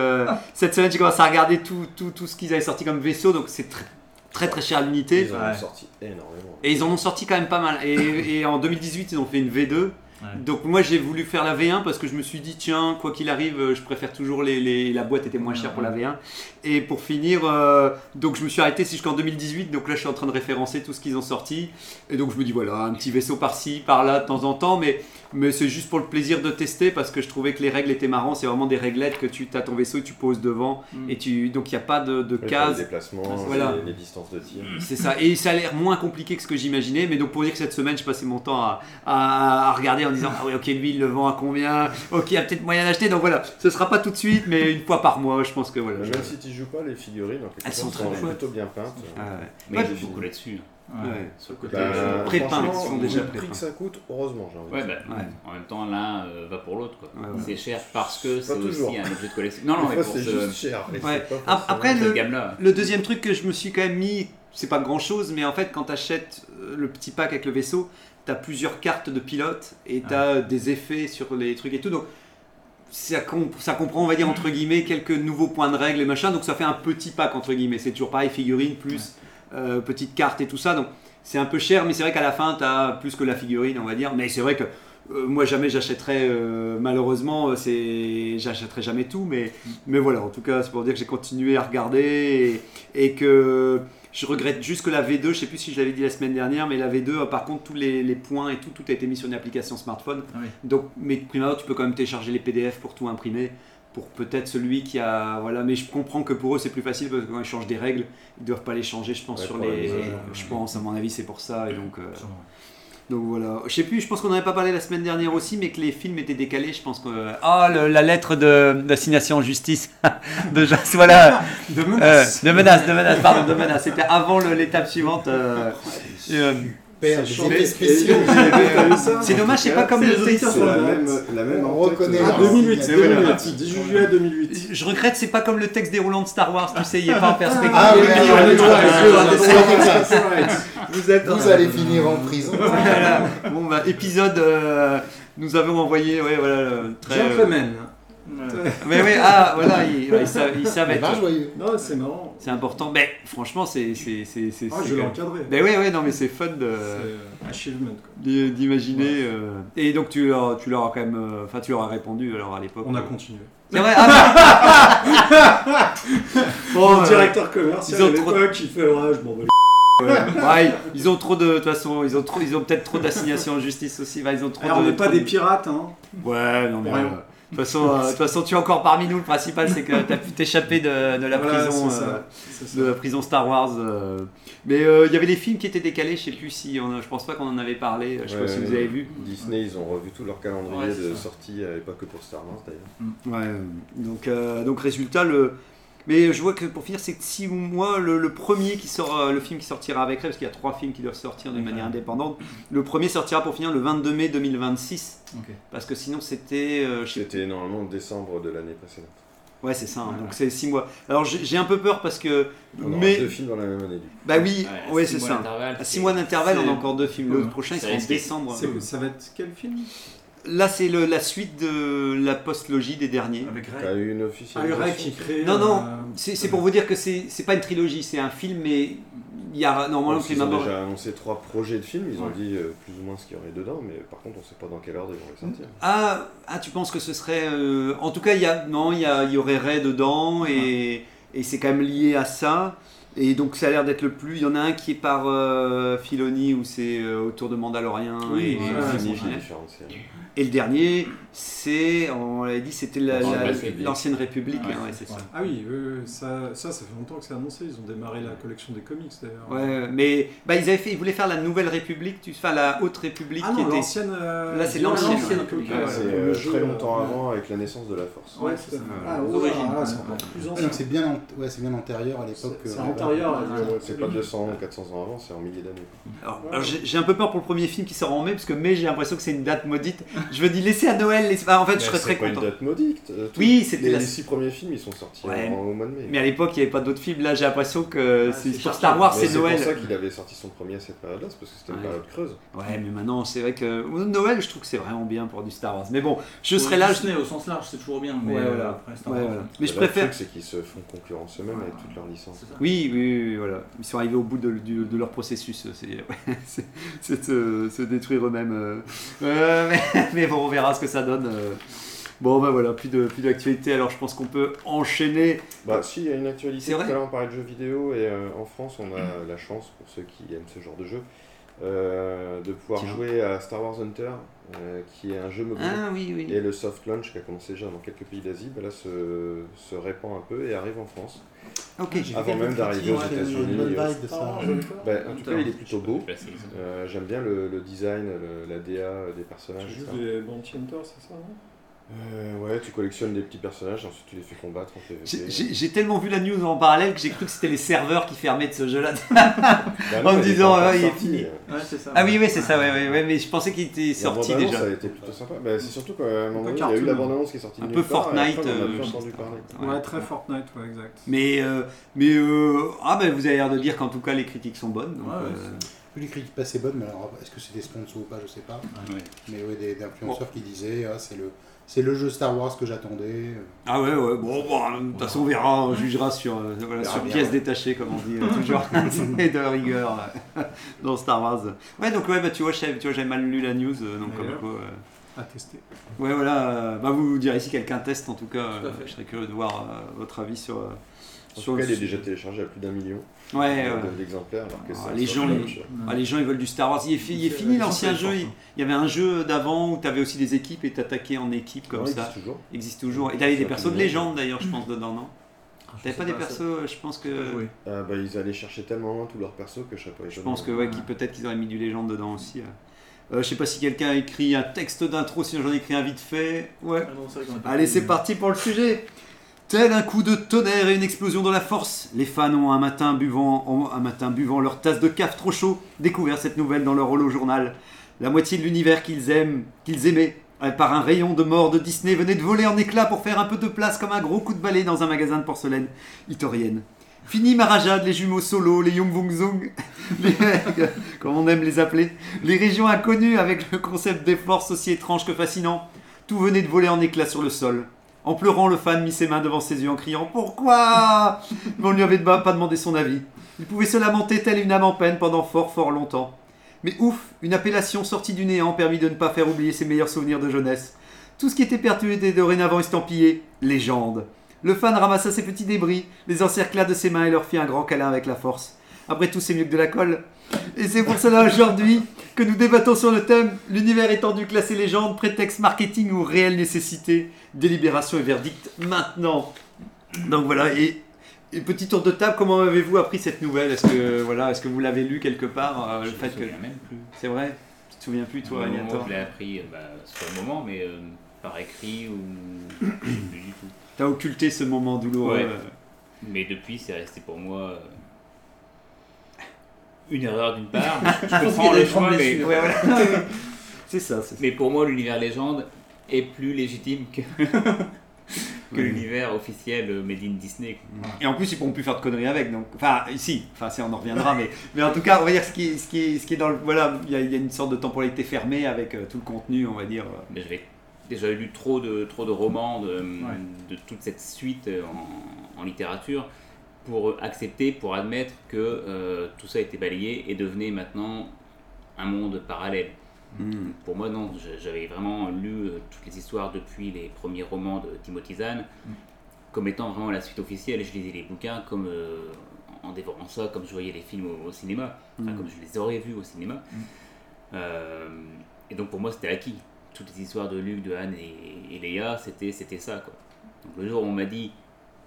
S1: cette semaine j'ai commencé à regarder tout, tout, tout ce qu'ils avaient sorti comme vaisseau, donc c'est très très très cher à l'unité.
S2: Ils en ont sorti énormément.
S1: Et ils en ont sorti quand même pas mal. Et, et en 2018, ils ont fait une V2. Donc moi j'ai voulu faire la V1 parce que je me suis dit tiens quoi qu'il arrive euh, je préfère toujours les, les- la boîte était moins chère pour la V1 et pour finir euh, donc je me suis arrêté c'est jusqu'en 2018 donc là je suis en train de référencer tout ce qu'ils ont sorti et donc je me dis voilà un petit vaisseau par-ci par-là de temps en temps mais mais c'est juste pour le plaisir de tester parce que je trouvais que les règles étaient marrantes c'est vraiment des réglettes que tu as ton vaisseau et tu poses devant
S2: Mm.
S1: et tu donc il n'y a pas de, de
S2: Ouais,
S1: cases
S2: Les déplacements,
S1: Voilà.
S2: les, les distances de tir.
S1: C'est ça, et ça a l'air moins compliqué que ce que j'imaginais, mais donc pour dire que cette semaine, je passais mon temps à, à- à regarder en disant Ah oui, ok, lui il le vend à combien Ok, il y a peut-être moyen d'acheter, donc voilà, ce sera pas tout de suite, mais une fois par mois, je pense que voilà.
S2: Mais Même si tu joues pas, les figurines, en quelque
S1: Elles sont
S2: sorte,
S1: très chouettes.
S2: plutôt bien peintes.
S8: Mais ils jouent beaucoup là-dessus. hein.
S1: Ouais. Ouais.
S8: Sur le côté.
S2: Bah,
S8: euh,
S1: Prépeintes,
S2: franchement,
S1: ils sont
S2: vu
S1: déjà
S2: le prix que
S1: prépeintes.
S2: ça coûte, heureusement, j'ai envie de
S8: Ouais,
S2: dire.
S8: bah, en même temps, l'un euh, va pour l'autre. quoi.
S2: ouais.
S8: C'est cher parce que
S2: Pas
S8: c'est
S2: toujours.
S8: aussi un objet de collection. Non, non,
S2: Des
S8: mais
S2: fois,
S8: pour
S2: c'est
S8: ce-
S2: juste cher, mais
S1: Ouais.
S2: c'est pas
S1: Ap-
S2: forcément
S1: Après,
S2: cette
S1: le,
S8: gamme-là.
S1: le deuxième truc que je me suis quand même mis, c'est pas grand chose, mais en fait, quand t'achètes euh, le petit pack avec le vaisseau, t'as plusieurs cartes de pilote et
S2: Ah.
S1: t'as euh, des effets sur les trucs et tout. Donc, ça, comp- ça comprend, on va dire, entre guillemets, quelques nouveaux points de règle et machin. Donc, ça fait un petit pack, entre guillemets. C'est toujours pareil, figurine plus euh, petite carte et tout ça. Donc, c'est un peu cher, mais c'est vrai qu'à la fin, t'as plus que la figurine, on va dire. Mais c'est vrai que. euh, moi jamais j'achèterais euh, malheureusement euh, c'est j'achèterais jamais tout mais mais voilà, en tout cas, c'est pour dire que j'ai continué à regarder et, et que je regrette juste que la V2, je sais plus si je l'avais dit la semaine dernière, mais la V2, euh, par contre, tous les, les points et tout, tout a été mis sur une application smartphone.
S5: Ah oui.
S1: Donc, mais de prime abord, tu peux quand même télécharger les PDF pour tout imprimer. Pour peut-être celui qui a. Voilà, mais je comprends que pour eux c'est plus facile parce que quand ils changent des règles, ils doivent pas les changer, je pense,
S2: Ouais,
S1: sur
S2: pour
S1: les.
S2: les-
S1: je pense, à mon avis, c'est pour ça. Et donc. euh, donc voilà, je sais plus, je pense qu'on n'en avait pas parlé la semaine dernière aussi, mais que les films étaient décalés. Je pense que. Ah, le- la lettre de d'assignation en justice de Jean- voilà.
S5: De menace.
S1: Euh, de menace, de menace, pardon, de menace. C'était avant le- l'étape suivante. euh, et, euh,
S4: Père,
S1: c'est
S4: des
S1: chaud.
S4: effets spéciaux.
S1: C'est dommage, c'est pas comme
S3: C'est
S1: le
S3: juste
S1: Texas.
S3: sur la
S2: la
S4: même On reconnaît
S3: Ah,
S4: leur
S3: 2008,
S4: signature.
S3: 2008, 10 juillet 2008.
S1: Je regrette, c'est pas comme le texte déroulant de Star Wars, tu sais, il n'y a pas en perspective.
S4: Ah oui, oui, oui, oui, oui, oui, oui,
S1: Vous êtes
S4: Vous allez finir en prison.
S1: Voilà. Bon bah épisode, euh, nous avons envoyé, ouais voilà, le- très. euh,
S3: Gentlemen,
S1: Ouais. Mais oui, ah, voilà, ils, ils savent, ils savent
S4: Mais
S1: être.
S4: ben, joyeux.
S3: Non, c'est marrant.
S1: C'est important. Mais franchement, c'est. c'est, c'est, c'est
S3: Ah,
S1: c'est
S3: je l'ai
S1: quand- euh,
S3: encadré.
S1: Mais oui, oui, Ben non, mais c'est fun de.
S3: C'est euh, achievement. Quoi.
S1: d'i- D'imaginer. euh, Et donc, tu leur, tu leur as quand même. euh, Enfin, tu leur as répondu alors à l'époque.
S3: On a
S1: euh,
S3: continué.
S1: C'est vrai, ah, bah.
S3: le
S1: Bon, euh,
S3: directeur commercial
S1: ils ont
S3: à
S1: trop-
S3: l'époque, il fait Ouais, je m'en bats les
S1: Ouais, ils- ils ont trop de. De toute façon, ils ont, trop, ils ont peut-être trop d'assignations en justice aussi. Bah, ils ont trop
S3: Alors, on
S1: de.
S3: n'est pas
S1: trop
S3: des
S1: de-
S3: pirates, hein.
S1: Ouais, non, mais.
S3: Pour rien.
S1: euh, De toute façon, euh, de toute façon, tu es encore parmi nous. Le principal, c'est que tu as pu t'échapper de, de la
S3: Voilà,
S1: prison,
S3: c'est ça.
S1: euh,
S3: C'est
S1: de la prison Star Wars. euh. Mais euh, il y avait les films qui étaient décalés. Je sais plus si, on, a- je pense pas qu'on en avait parlé. euh, Je sais pas
S2: Ouais,
S1: si vous
S2: ouais.
S1: avez vu.
S2: Disney, ils ont revu tout leur calendrier
S1: Ouais, c'est
S2: de
S1: ça.
S2: sortie, euh, et pas que pour Star Wars d'ailleurs.
S1: Ouais, euh, donc, euh, donc résultat, le... mais je vois que pour finir, c'est que si moi, le, le premier qui sort, euh, le film qui sortira avec Ray, parce qu'il y a trois films qui doivent sortir de manière indépendante, le premier sortira pour finir le 22 mai 2026.
S5: Ok.
S1: Parce que sinon, c'était. euh, je sais-
S2: C'était normalement en décembre de l'année précédente.
S1: ouais, c'est ça, hein, donc c'est six mois. Alors j'ai j'ai un peu peur parce que.
S2: On aura
S1: mais...
S2: deux films dans la même année du coup.
S1: Bah oui,
S2: Ouais,
S1: ouais,
S2: à
S1: c'est
S2: six mois
S1: ça.
S2: d'intervalle,
S1: À six
S2: c'est-
S1: mois d'intervalle, on
S2: c'est-
S1: a encore deux films. Le
S2: Ouais.
S1: prochain, il
S2: C'est
S1: sera en
S2: risqué.
S1: décembre.
S3: C'est- Ça va être quel film
S1: Là, c'est le- la suite de la post-logie des derniers. Avec
S2: Ray. T'as eu une officialisation.
S3: Ah, le Ray qui crée,
S1: Non, non,
S3: euh,
S1: c'est c'est pour vous dire que c'est c'est pas une trilogie, c'est un film, mais il y a normalement
S2: Donc,
S1: le
S2: ils
S1: film
S2: ont
S1: abordé.
S2: déjà annoncé trois projets de films, ils ont
S1: Ouais.
S2: dit euh, plus ou moins ce qu'il y aurait dedans, mais par contre on sait pas dans quelle ordre ils vont les sortir.
S1: Ah, ah, tu penses que ce serait. euh, En tout cas, il y a. Non, il y, a- il y aurait Ray dedans, et, et c'est quand même lié à ça. Et donc, ça a l'air d'être le plus. Il y en a un qui est par euh, Filoni, où c'est euh, autour de Mandalorian.
S2: Oui,
S1: et,
S2: ouais,
S1: et
S2: ouais,
S1: Disney
S2: ouais,
S1: Channel.
S2: différentes séries.
S1: Et le dernier, c'est. On l'avait dit, c'était la-
S3: L'ancienne
S1: la-
S3: République.
S1: l'ancienne République. hein, ouais, c'est ça.
S3: Ah oui, oui, oui, ça, ça, ça fait longtemps que c'est annoncé. Ils ont démarré la collection des comics d'ailleurs.
S1: Ouais, mais bah, ils, avaient fait, ils voulaient faire la Nouvelle République, tu, enfin la Haute République
S3: Ah
S1: qui
S3: non,
S1: était.
S3: l'ancienne, euh,
S1: Là, c'est
S3: non,
S1: l'ancienne.
S3: l'ancienne
S1: République.
S3: République,
S2: Ah, c'est
S3: ouais,
S2: euh,
S3: le jeu,
S2: très longtemps
S3: euh,
S2: avant avec la naissance de la Force.
S3: Ouais, c'est ça. Ah,
S4: Les
S3: ouais,
S4: origines.
S3: ah, c'est encore plus
S4: Donc
S3: ancien.
S4: c'est bien, ant- ouais, c'est bien antérieur à l'époque.
S3: C'est- c'est
S4: euh,
S3: antérieur,
S4: ouais.
S3: ouais.
S2: C'est pas 200 ou 400 ans avant, c'est en milliers d'années.
S1: Alors, alors, j'ai j'ai un peu peur pour le premier film qui sort en mai, parce que mai j'ai l'impression que c'est une date maudite. Je me dis laissez à Noël, laissez... ah, en fait
S2: Mais
S1: je serais
S2: c'est
S1: très
S2: pas une
S1: content.
S2: date maudite. euh, tout-
S1: Oui, c'était
S2: les,
S1: la-
S2: les six premiers films, ils sont sortis
S1: Ouais.
S2: en- au mois de mai.
S1: Mais à l'époque il n'y avait pas d'autres films, là j'ai l'impression que Ah, c'est-
S2: Mais
S1: pour Star Wars c'est Noël.
S2: C'est pour ça qu'il avait sorti son premier à cette période-là, c'est parce que c'était une
S1: Ouais.
S2: période creuse.
S1: Ouais, mais maintenant c'est vrai que Noël je trouve que c'est vraiment bien pour du Star Wars. Mais bon, je
S5: Pour
S1: serai là.
S5: Disney, au sens large, c'est toujours bien, mais,
S1: Ouais,
S5: euh,
S1: voilà.
S5: après, Star
S1: Ouais,
S5: Wars,
S1: voilà.
S5: hein.
S1: Mais
S2: Bah,
S1: je
S2: là,
S1: préfère.
S2: Le truc, c'est qu'ils se font concurrence eux-mêmes avec toutes leurs licences.
S1: Oui, oui, oui, oui, voilà. Ils sont arrivés au bout de, du- de leur processus. euh, C'est ouais, c'est- c'est de se, se détruire eux-mêmes. euh. Euh, mais, mais bon, on verra ce que ça donne. euh. Bon, ben voilà, plus de plus d'actualité. Alors, je pense qu'on peut enchaîner.
S2: Bah, si, il y a une actualité.
S1: C'est
S2: Tout
S1: vrai
S2: à l'heure, on parlait de jeux vidéo et euh, en France, on a la chance, pour ceux qui aiment ce genre de jeu, euh, de pouvoir
S1: Tiens.
S2: jouer à Star Wars Hunter, euh, qui est un jeu mobile.
S1: Ah, oui, oui.
S2: Et le soft launch qui a commencé déjà dans quelques pays d'Asie, bah, là, se, se répand un peu et arrive en France.
S1: Ok.
S4: J'ai
S2: Avant
S4: vu
S2: même
S4: votre
S2: d'arriver
S4: critique,
S2: aux
S4: ouais, c'est une
S2: États-Unis.
S4: bonne
S2: euh,
S4: vibe de ça.
S2: Bah, en tout cas, il est plutôt beau.
S8: Je sais pas si c'est-
S2: Euh, J'aime bien le, le design, le- la DA des
S3: Tu
S2: personnages.
S3: joues
S2: etc.
S3: des Bounty Hunters, c'est ça non
S2: Euh, ouais, tu collectionnes des petits personnages, ensuite tu les fais combattre en PvP.
S1: J'ai- J'ai j'ai tellement vu la news en parallèle que j'ai cru que c'était les serveurs qui fermaient de ce jeu-là.
S2: Bah non,
S1: en me
S2: il est
S1: disant,
S2: encore
S1: ouais, il est
S2: sorti. euh,
S1: fini.
S2: Ouais, c'est ça.
S1: Ah oui, oui, c'est ça, ouais, ouais, ouais, mais je pensais qu'il était
S2: Et la
S1: sorti
S2: bande-annonce,
S1: déjà.
S2: Ça a été plutôt sympa. Bah, c'est surtout qu'à un moment
S3: Un peu
S2: donné, il y a eu la
S3: cartoon.
S2: bande-annonce qui est sortie.
S1: Un
S2: de
S1: peu
S2: nulle part, et après,
S1: Fortnite,
S2: on en a
S1: euh,
S2: plus
S1: je
S2: entendu
S1: sais
S2: parler.
S1: pas.
S3: Ouais,
S1: Ouais.
S3: très Fortnite, ouais, exact.
S1: Mais, euh, mais euh, ah, ben vous avez l'air de dire qu'en tout cas, les critiques sont bonnes. donc,
S4: Ouais, ouais,
S1: euh,
S4: Plus les critiques passaient bonnes, mais alors est-ce que c'est des sponsors ou pas, je sais pas. Mais ouais, des, des influenceurs qui disaient ah, c'est le, c'est le jeu Star Wars que j'attendais.
S1: Ah ouais, ouais, bon, bon, de toute façon, on verra, on jugera sur, euh, voilà,
S4: verra
S1: sur
S4: bien,
S1: pièce
S4: ouais.
S1: détachée, comme on dit euh, toujours, et de rigueur euh, dans Star Wars. Ouais, donc, ouais, bah, tu vois, j'ai- tu vois, j'ai mal lu la news, euh, donc comme
S3: D'ailleurs.
S1: quoi,
S3: À
S1: euh,
S3: tester.
S1: Ouais, voilà, euh, bah, vous direz si quelqu'un teste, en tout cas,
S3: Tout à
S1: euh,
S3: fait.
S1: je serais curieux de voir euh, votre avis sur. euh,
S2: En
S1: sur
S2: tout cas,
S1: le
S2: il est
S1: sujet.
S2: déjà téléchargé à plus d'un million
S1: Ouais,
S2: euh,
S1: ouais.
S2: de- d'exemplaires. alors que
S1: Ah,
S2: c'est un
S1: les,
S2: soft
S1: gens,
S2: launch.
S1: ah, les gens ils veulent du Star Wars. Il est, fi- il est fini l'ancien jeu. Il, il y avait un jeu d'avant où tu avais aussi des équipes et t'attaquais en équipe comme
S2: Ouais, il
S1: ça.
S2: existe toujours.
S1: Il existe toujours. Et t'avais des
S2: Ça,
S1: persos de
S2: tout le monde.
S1: légende d'ailleurs, je pense, dedans, non T'avais
S2: sais
S1: pas des
S2: pas,
S1: persos,
S2: ça.
S1: euh, je pense que.
S2: Ah, bah, ils allaient chercher tellement loin tous leurs persos que je sais pas.
S1: Je pense que ouais, qui- peut-être qu'ils auraient mis du légende dedans aussi. euh. Euh, je sais pas si quelqu'un a écrit un texte d'intro, sinon j'en ai écrit un vite fait. Ouais.
S5: Ah non, c'est vrai qu'on a pas
S1: Allez,
S5: dit.
S1: c'est parti pour le sujet. Tel un coup de tonnerre et une explosion de la force, les fans ont un matin buvant, ont un matin buvant leur tasse de caf trop chaud découvert cette nouvelle dans leur holo journal. La moitié de l'univers qu'ils aiment, qu'ils aimaient, euh, par un rayon de mort de Disney venait de voler en éclats pour faire un peu de place comme un gros coup de balai dans un magasin de porcelaine itorienne. Fini Marajad, les jumeaux Solo, les Yung Vung Zung, les- euh, comme on aime les appeler, les régions inconnues avec le concept des forces aussi étrange que fascinant. Tout venait de voler en éclats sur le sol. En pleurant, le fan mit ses mains devant ses yeux en criant Pourquoi Mais on ne lui avait pas demandé son avis. Il pouvait se lamenter telle une âme en peine pendant fort fort longtemps. Mais ouf, une appellation sortie du néant permit de ne pas faire oublier ses meilleurs souvenirs de jeunesse. Tout ce qui était perdu était dorénavant estampillé légende. Le fan ramassa ses petits débris, les encercla de ses mains et leur fit un grand câlin avec la force. Après tout, c'est mieux que de la colle. Et c'est pour cela aujourd'hui que nous débattons sur le thème l'univers étendu classé légende, prétexte marketing ou réelle nécessité, délibération et verdict maintenant. Donc voilà, et, et petit tour de table, comment avez-vous appris cette nouvelle Est-ce que voilà, est-ce que vous l'avez lu quelque part euh,
S8: Je
S1: le
S8: me
S1: fait que
S8: souviens même plus.
S1: C'est vrai Tu te souviens plus toi,
S8: Moi,
S1: Agnator
S8: Je l'ai appris euh, bah, sur le moment, mais euh, par écrit ou plus du tout.
S1: T'as occulté ce moment douloureux.
S8: Ouais.
S1: euh,
S8: Mais depuis, c'est resté pour moi euh, une erreur d'une part. Je comprends
S1: qu'il y a
S8: le
S1: des grandes
S8: choix, mais
S1: blessures. Ouais, voilà.
S8: c'est ça, Mais pour moi, l'univers légende est plus légitime que, que
S1: Oui.
S8: l'univers officiel euh, made in Disney. quoi.
S1: Et en plus, ils pourront plus faire de conneries avec. Donc, enfin, si, enfin, si, on en reviendra, mais, mais en tout cas, on va dire ce qui, ce qui, ce qui est dans le. Voilà, il y, a- il y a une sorte de temporalité fermée avec euh, tout le contenu, on va dire. euh,
S8: Mais j'avais déjà lu trop de, trop de romans, de, de toute cette suite euh, en, en littérature, pour accepter, pour admettre que euh, tout ça était balayé et devenait maintenant un monde parallèle.
S1: Hmm.
S8: Pour moi, non, je- j'avais vraiment lu euh, toutes les histoires depuis les premiers romans de Timothy Zahn comme étant vraiment la suite officielle. Et Je lisais les bouquins comme, euh, en dévorant ça, comme je voyais les films au, au cinéma, enfin
S1: Mm.
S8: comme je les aurais vus au cinéma. Euh, et donc pour moi, c'était acquis. Toutes les histoires de Luc, de Anne et, et Léa, c'était c'était ça. Quoi. Donc le jour où on m'a dit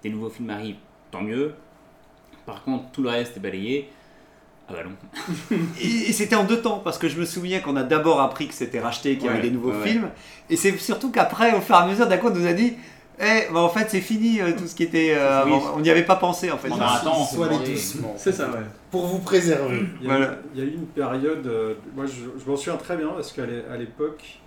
S8: des nouveaux films arrivent, tant mieux. Par contre, tout le reste est balayé. Ah bah non.
S1: Et, et c'était en deux temps, parce que je me souviens qu'on a d'abord appris que c'était racheté, qu'il y avait
S8: Ouais,
S1: des nouveaux
S8: ouais, ouais.
S1: films. Et c'est surtout qu'après, au fur et à mesure, d'un coup, on nous a dit. Eh, bah, en fait, c'est fini euh, tout ce qui était. euh,
S8: Oui.
S1: avant. on n'y avait pas pensé en fait.
S8: Pendant un temps, on
S1: Soit
S8: se demandait-
S5: C'est ça, ouais.
S4: Pour vous préserver.
S3: Il y a, il y a eu une période, euh, moi je, je m'en souviens très bien parce qu'à l'é- à l'époque,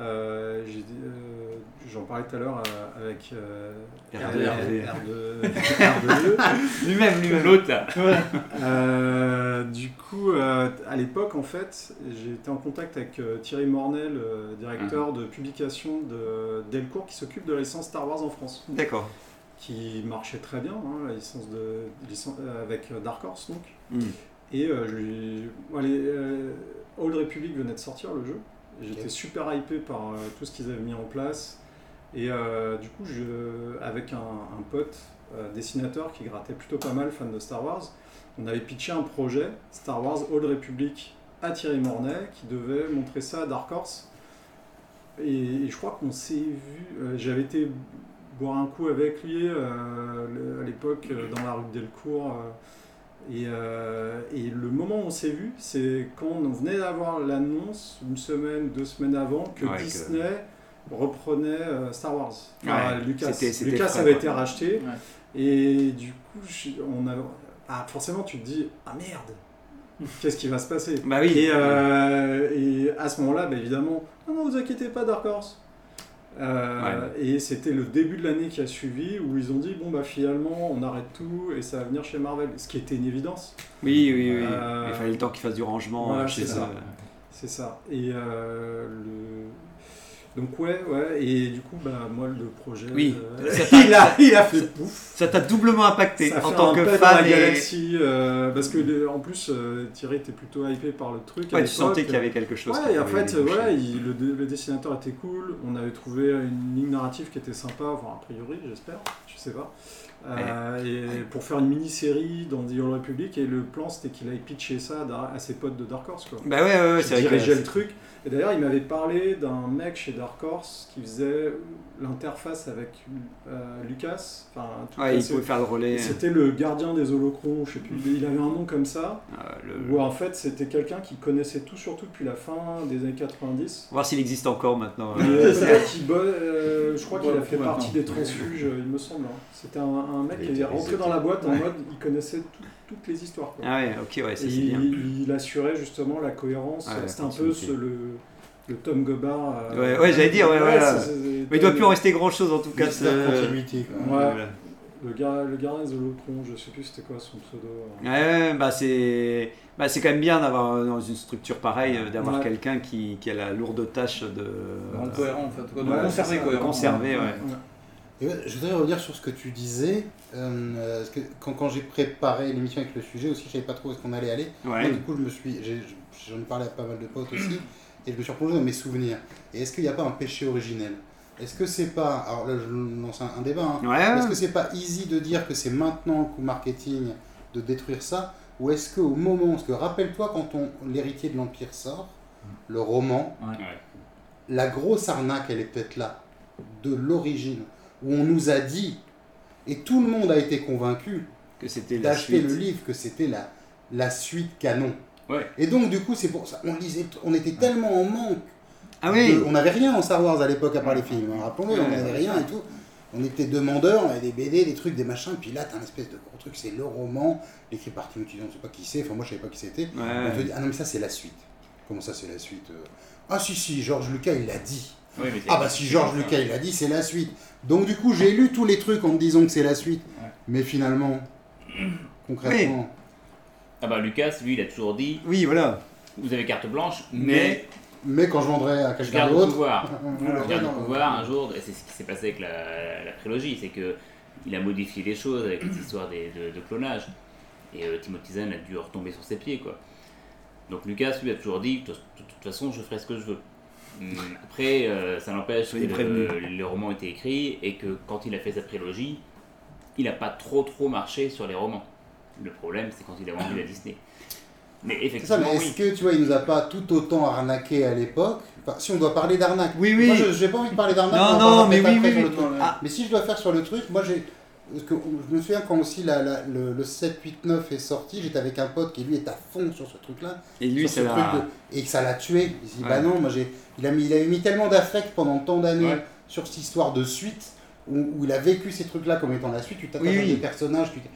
S3: euh, j'ai dit, euh, j'en parlais tout à l'heure euh, avec euh,
S1: R2,
S3: R2,
S1: R2.
S3: R2.
S1: Lui-même, lui-même. L'autre, là.
S3: Ouais. Euh, du coup, euh, à l'époque en fait, j'étais en contact avec euh, Thierry Mornel, euh, directeur de publication de Delcourt qui s'occupe de la licence Star Wars en France.
S1: D'accord.
S3: Qui marchait très bien, hein, la licence de, licence- euh, avec euh, Dark Horse donc.
S1: Hmm.
S3: Et euh, je lui- moi, les, euh, Old Republic venait de sortir le jeu. Et J'étais
S6: Ok.
S3: super hypé par euh, tout ce qu'ils avaient mis en place. Et euh, du coup, je, avec un, un pote euh, dessinateur qui grattait plutôt pas mal, fan de Star Wars, on avait pitché un projet, Star Wars Old Republic, à Thierry Mornay, qui devait montrer ça à Dark Horse. Et, et je crois qu'on s'est vu. euh, J'avais été boire un coup avec lui euh, le- à l'époque euh, dans la rue de Delcourt. euh, et, euh, et le moment où on s'est vu, c'est quand on venait d'avoir l'annonce, une semaine, deux semaines avant, que
S1: Ouais, que-
S3: Disney reprenait euh, Star Wars. Enfin,
S1: Ouais,
S3: Lucas,
S1: c'était- c'était
S3: Lucas
S1: frais,
S3: avait
S1: ouais.
S3: été racheté. Et du coup, je- on a, ah, forcément, tu te dis Ah merde Qu'est-ce qui va se passer
S1: Bah oui.
S3: et, euh, et à ce moment-là, bah, évidemment, non, non, vous inquiétez pas, Dark Horse. Euh, Et c'était le début de l'année qui a suivi où ils ont dit bon bah finalement on arrête tout et ça va venir chez Marvel, ce qui était une évidence.
S1: Oui, oui, oui.
S3: Euh,
S1: Il fallait le temps qu'il fasse du rangement
S3: voilà,
S1: euh, chez
S3: c'est ça.
S1: eux.
S3: C'est ça. Et euh, le- donc ouais, ouais. Et du coup bah moi le projet.
S1: Oui.
S3: euh,
S1: Ça t'a-
S3: il a il a fait
S1: ça-
S3: pouf.
S1: Ça t'a doublement impacté
S3: Ça
S1: en
S3: fait
S1: tant
S3: un
S1: que
S3: pas dans
S1: fan
S3: la
S1: et- Mm.
S3: galaxie, euh, parce que les- en plus euh, Thierry était plutôt hypé par le truc. à
S1: Ouais, tu
S3: l'époque.
S1: sentais qu'il y avait quelque chose qui
S3: Ouais, et en
S1: pouvait
S3: fait,
S1: les toucher.
S3: voilà, il- le, dé- le dessinateur était cool. On avait trouvé une ligne narrative qui était sympa, enfin, a priori, j'espère, je sais pas. Euh, et pour faire une mini-série dans The Old Republic, et le plan c'était qu'il aille pitcher ça à Dar- à ses potes de Dark Horse. Quoi.
S1: Bah ouais, ouais, ouais,
S3: Qui
S1: c'est vrai que-
S3: dirigeait le truc. Et d'ailleurs, il m'avait parlé d'un mec chez Dark Horse qui faisait l'interface avec euh, Lucas. Enfin, tout
S1: Ouais, il
S3: passé.
S1: pouvait faire le relais.
S3: Et C'était le gardien des holocrons, je sais plus, il avait un nom comme ça.
S1: euh, le-
S3: Où en fait, c'était quelqu'un qui connaissait tout surtout depuis la fin des années 90.
S1: Voir s'il existe encore maintenant.
S3: Mais,
S1: euh,
S3: euh, peut-être qu'il bo- euh, je crois qu'il
S1: Ouais,
S3: a fait
S1: ouais,
S3: partie
S1: ouais.
S3: des transfuges, euh, il me semble. hein. C'était un, un mec
S1: Il
S3: qui est
S1: était-
S3: rentré
S1: il
S3: dans la boîte en
S1: Ouais.
S3: mode il connaissait tout- toutes les histoires. quoi.
S1: Ah ouais, ok, ouais, ça,
S3: Et
S1: c'est
S3: il,
S1: bien.
S3: il assurait justement la cohérence.
S1: Ah ouais,
S3: c'était
S1: la
S3: un peu
S1: continuité.
S3: ce- le, le Tom Gobard. euh,
S1: Ouais, ouais, j'allais dire, ouais, voilà.
S3: c'est- c'est-
S1: Mais il doit plus en rester grand chose en tout cas. euh.
S3: Mystère
S1: ce-
S3: continuity, quoi. Ouais.
S1: Voilà.
S3: Le, gars, le gardien des holocrons, je sais plus c'était quoi son pseudo. euh.
S1: Ouais, ouais, bah c'est bah c'est quand même bien d'avoir euh, dans une structure pareille euh, d'avoir
S3: Ouais.
S1: quelqu'un qui, qui a la lourde tâche de
S5: rendre cohérent, en fait, de
S1: Ouais,
S5: conserver
S1: c'est ça,
S5: cohérent.
S1: conserver, ouais.
S5: Ouais.
S4: Et ouais, je voudrais revenir sur ce que tu disais. euh, parce que quand quand j'ai préparé l'émission avec le sujet aussi, je savais pas trop où est-ce qu'on allait aller.
S1: Ouais.
S4: Moi, du coup, je me suis, j'ai- j'en ai parlé à pas mal de potes aussi, et je me suis replongé dans mes souvenirs. Et est-ce qu'il n'y a pas un péché originel Est-ce que c'est pas, alors là, je lance un, un débat. hein.
S1: Ouais, ouais.
S4: Est-ce que c'est pas easy de dire que c'est maintenant le coup marketing de détruire ça, ou est-ce que au moment, parce que rappelle-toi quand on l'héritier de l'empire sort, le roman, la grosse arnaque, elle est peut-être là, de l'origine, où on nous a dit, et tout le monde a été convaincu,
S1: que c'était la
S4: d'acheter
S1: suite.
S4: le livre, que c'était la, la suite canon.
S8: Ouais.
S4: Et donc, du coup, c'est pour ça, on, lisait, on était tellement en manque.
S1: Ah oui.
S4: de- on n'avait rien en Star Wars à l'époque à part les films, hein, rappelons-le, on
S1: Ouais,
S4: n'avait
S1: ouais.
S4: rien et tout. On était demandeurs, on avait des BD, des trucs, des machins, puis là, t'as un espèce de gros truc, c'est le roman, écrit par Tim Tudy, on ne sait pas qui c'est, enfin moi je savais pas qui c'était. On te dit, ah non, mais ça c'est la suite. Comment ça c'est la suite euh Ah si, si, Georges Lucas il l'a dit.
S8: Oui, mais c'est-
S4: ah bah si
S1: euh,
S4: Georges Lucas il l'a dit, c'est la suite. Donc du coup, j'ai lu tous les trucs en me disant que c'est la suite, mais finalement, concrètement.
S8: Ah bah Lucas, lui, il a toujours dit.
S1: Oui, voilà.
S8: Vous avez carte blanche, mais,
S4: Mais- Mais quand je vendrai à
S8: je
S4: quelqu'un
S8: garde le
S4: d'autre.
S8: pouvoir.
S4: on le
S8: Je garde
S4: verra.
S8: le pouvoir un jour. et C'est ce qui s'est passé avec la, la trilogie, c'est que il a modifié les choses avec les histoires des- de, de clonage. Et euh, Timothy Zahn a dû retomber sur ses pieds, quoi. Donc Lucas, lui, a toujours dit, de de- de toute façon, je ferai ce que je veux. Hum, Après, euh, ça n'empêche que
S1: Soyez
S8: le,
S1: prévenus.
S8: le roman était écrit et que quand il a fait sa trilogie, il n'a pas trop trop marché sur les romans. Le problème, c'est quand il a vendu la Disney. Mais
S4: C'est ça,
S8: effectivement,
S4: mais est-ce
S8: oui.
S4: que tu vois, il nous a pas tout autant arnaqué à l'époque Enfin, Si on doit parler d'arnaque.
S1: Oui, oui.
S4: Moi, je- j'ai pas envie de parler d'arnaque.
S1: Non,
S4: on en
S1: non,
S4: parlera
S1: mais
S4: peut-être
S1: oui, oui, Ah,
S4: après sur
S1: oui.
S4: le truc. Mais si je dois faire sur le truc, moi j'ai. parce que je me souviens quand aussi la- la- le, le 7, 8, 9 est sorti, j'étais avec un pote qui lui est à fond sur ce truc-là.
S1: Et lui,
S4: Sur ce
S1: ça l'a-
S4: truc de- Et que ça l'a tué. Il s'est dit,
S1: Ouais.
S4: bah non, moi j'ai. Il, a mis- il avait mis tellement d'affect pendant tant d'années sur cette histoire de suite, où, où il a vécu ces trucs-là comme étant la suite, tu t'attaches
S1: Oui,
S4: à
S1: oui.
S4: des personnages, tu t-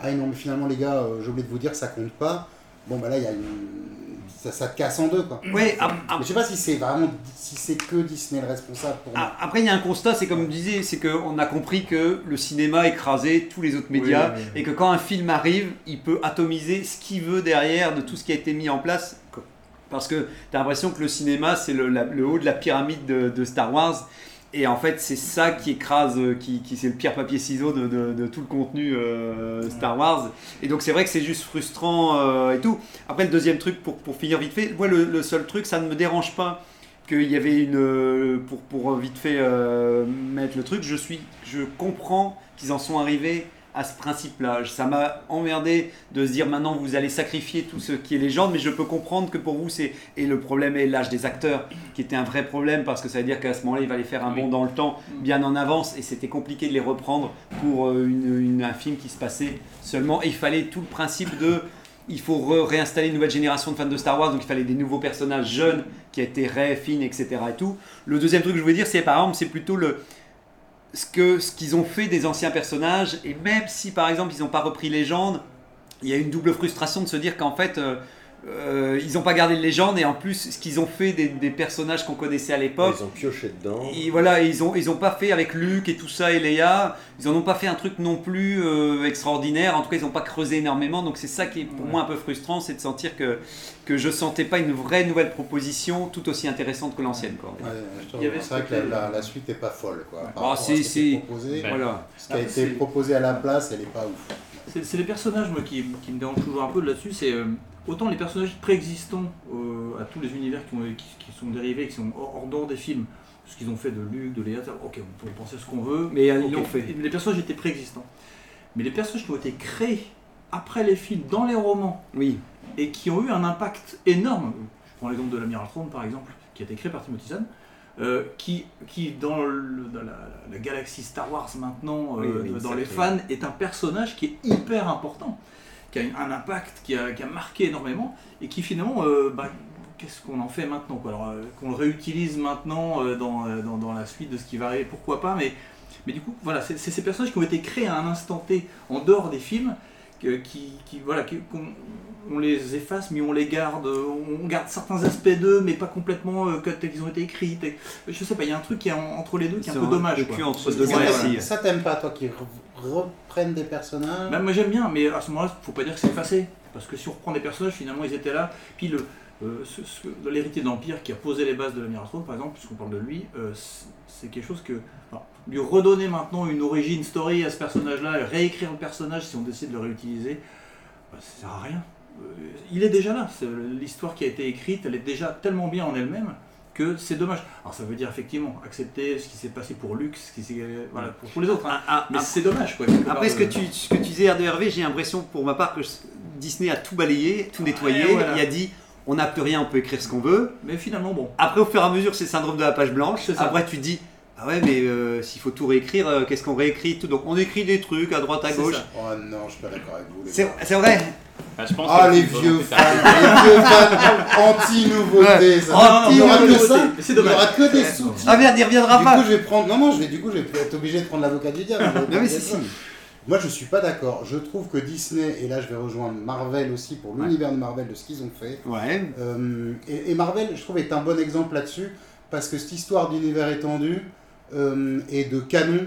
S4: Ah non, mais finalement les gars, euh, j'ai oublié de vous dire, ça compte pas. Bon bah là, il y a une- ça, ça te casse en deux quoi.
S1: Ouais, ah, ah.
S4: Mais je sais pas si c'est vraiment si c'est que Disney le responsable pour moi.
S1: Ah, Après, il y a un constat, c'est comme je disais, c'est qu'on a compris que le cinéma écrasait tous les autres médias
S4: oui, oui.
S1: et que quand un film arrive, il peut atomiser ce qu'il veut derrière de tout ce qui a été mis en place. Parce que tu as l'impression que le cinéma, c'est le, la- le haut de la pyramide de, de Star Wars. Et en fait, c'est ça qui écrase, euh, qui, qui- c'est le pire papier-ciseau de, de- de tout le contenu euh, Star Wars. Et donc, c'est vrai que c'est juste frustrant euh, et tout. Après, le deuxième truc, pour, pour finir vite fait, moi, le, le seul truc, ça ne me dérange pas qu'il y avait une. euh, Pour, pour vite fait euh, mettre le truc, je, suis, je comprends qu'ils en sont arrivés à ce principe-là. Ça m'a emmerdé de se dire maintenant vous allez sacrifier tout ce qui est légende, mais je peux comprendre que pour vous c'est. Et le problème est l'âge des acteurs, qui était un vrai problème parce que ça veut dire qu'à ce moment-là il fallait faire un bond dans le temps, bien en avance, et c'était compliqué de les reprendre pour euh, une- une- un film qui se passait seulement. Et il fallait tout le principe de il faut re- réinstaller une nouvelle génération de fans de Star Wars, donc il fallait des nouveaux personnages jeunes qui étaient Rey, Finn, etc. Et tout. Le deuxième truc que je voulais dire, c'est par exemple, c'est plutôt le ce que ce qu'ils ont fait des anciens personnages et même si par exemple ils n'ont pas repris légende, il y a une double frustration de se dire qu'en fait euh, euh, ils n'ont pas gardé de légende et en plus ce qu'ils ont fait des, des personnages qu'on connaissait à l'époque.
S7: Ils ont pioché
S5: Oh.
S7: dedans.
S1: Et voilà, et ils ont ils ont pas fait avec Luke et tout ça et Leia, ils en ont pas fait un truc non plus euh, extraordinaire. En tout cas, ils n'ont pas creusé énormément. Donc c'est ça qui est pour moi un peu frustrant, c'est de sentir que que je sentais pas une vraie nouvelle proposition tout aussi intéressante que l'ancienne. quoi.
S4: Ouais, je te
S1: Il y avait
S4: rejoins.
S1: ce
S4: c'est vrai que la,
S1: côté-
S4: la- la suite est pas folle quoi. Par
S1: Ah,
S4: rapport à
S1: si,
S4: ce qui
S1: si.
S4: était proposé,
S1: Ben, voilà.
S4: Ce qui a
S1: Ah,
S4: été
S1: c'est-
S4: proposé à la place, elle est pas ouf.
S5: C'est c'est les personnages moi qui, qui me dérangent toujours un peu là-dessus. C'est euh, autant les personnages préexistants euh, à tous les univers qui, ont- qui- qui sont dérivés, qui sont hors, hors dehors des films, ce qu'ils ont fait de Luke, de Léa, etc. ok, on peut penser ce qu'on veut.
S1: Mais, euh, ils
S5: ok.
S1: l'ont fait.
S5: Les personnages étaient préexistants. Mais les personnages qui ont été créés après les films, dans les romans,
S1: oui.
S5: et qui ont eu un impact énorme. Je prends l'exemple de l'amiral Throne par exemple, qui a été créé par Timothy Zahn. euh, qui, qui dans, le- dans la, la galaxie Star Wars maintenant,
S1: Oui,
S5: euh,
S1: oui,
S5: dans les
S1: exactement.
S5: fans, est un personnage qui est hyper important, qui a une- un impact, qui a, qui a marqué énormément, et qui finalement, euh, bah, qu'est-ce qu'on en fait maintenant quoi Alors, euh, Qu'on le réutilise maintenant euh, dans, euh, dans- dans la suite de ce qui va arriver, pourquoi pas, mais, mais du coup, voilà, c'est c'est ces personnages qui ont été créés à un instant T, en dehors des films, que- qui, qui- voilà, qui- qu'on on les efface, mais on les garde, euh, on garde certains aspects d'eux, mais pas complètement euh, que- tels qu'ils ont été écrits. tels- Je sais pas, il y a un truc qui est en- entre les deux qui est un
S1: C'est
S5: peu
S1: un-
S5: dommage.
S1: le
S5: quoi.
S1: cul entre
S5: Ouais,
S1: deux
S5: voilà.
S1: galaxies.
S4: Ça t'aimes pas toi qui re- reprennent des personnages
S5: Bah, moi j'aime bien, mais à ce moment-là, faut pas dire que c'est effacé. Parce que si on reprend des personnages, finalement ils étaient là. Puis le, euh, ce- ce- l'héritier de l'Empire qui a posé les bases de la Mirror par exemple, puisqu'on parle de lui, euh, c'est- c'est quelque chose que. enfin, lui redonner maintenant une origine story à ce personnage-là, et réécrire le personnage si on décide de le réutiliser, bah, ça sert à rien. Euh, il est déjà là. C'est- L'histoire qui a été écrite, elle est déjà tellement bien en elle-même que c'est dommage. Alors ça veut dire effectivement accepter ce qui s'est passé pour Luke, ce qui s'est. euh, Voilà, pour, pour les autres. hein. Mais
S1: après-
S5: c'est dommage quoi. quelque part,
S1: Ah, Après ce que,
S5: euh,
S1: tu, ce que tu disais RDRV, j'ai l'impression pour ma part que Disney a tout balayé, tout nettoyé,
S5: voilà.
S1: il a dit on n'a plus rien, on peut écrire ce qu'on veut.
S5: Mais finalement bon.
S1: Après au fur et à mesure c'est le syndrome de la page blanche,
S5: ça.
S1: après tu te dis ah ouais mais euh, s'il faut tout réécrire, euh, qu'est-ce qu'on réécrit tout Donc on écrit des trucs à droite à
S4: C'est
S1: gauche.
S4: ça. Oh non, je suis pas d'accord avec vous. les
S1: C'est
S4: gars.
S1: c'est vrai
S8: Bah, je pense
S4: Ah,
S8: que
S4: les
S8: c'est
S4: vieux
S8: volonté
S4: fans,
S8: tardée.
S4: les vieux fans anti-nouveautés. ça.
S1: Anti-
S4: Ah, Il y aura que
S1: nouveauté.
S4: ça,
S1: Mais c'est
S4: il y aura
S1: dommage.
S4: que des
S1: Ouais.
S4: sous-titres.
S1: Ah merde, il reviendra
S4: du
S1: pas.
S4: Coup, je vais prendre... Non, non, je vais, du coup, je vais être obligé de prendre l'avocat du diable.
S1: Non, mais si, si.
S4: Moi, je suis pas d'accord. Je trouve que Disney, et là, je vais rejoindre Marvel aussi pour l'univers de Marvel, de ce qu'ils ont fait.
S1: Ouais.
S4: Euh, et, et Marvel, je trouve, est un bon exemple là-dessus, parce que cette histoire d'univers étendu euh, et de canon,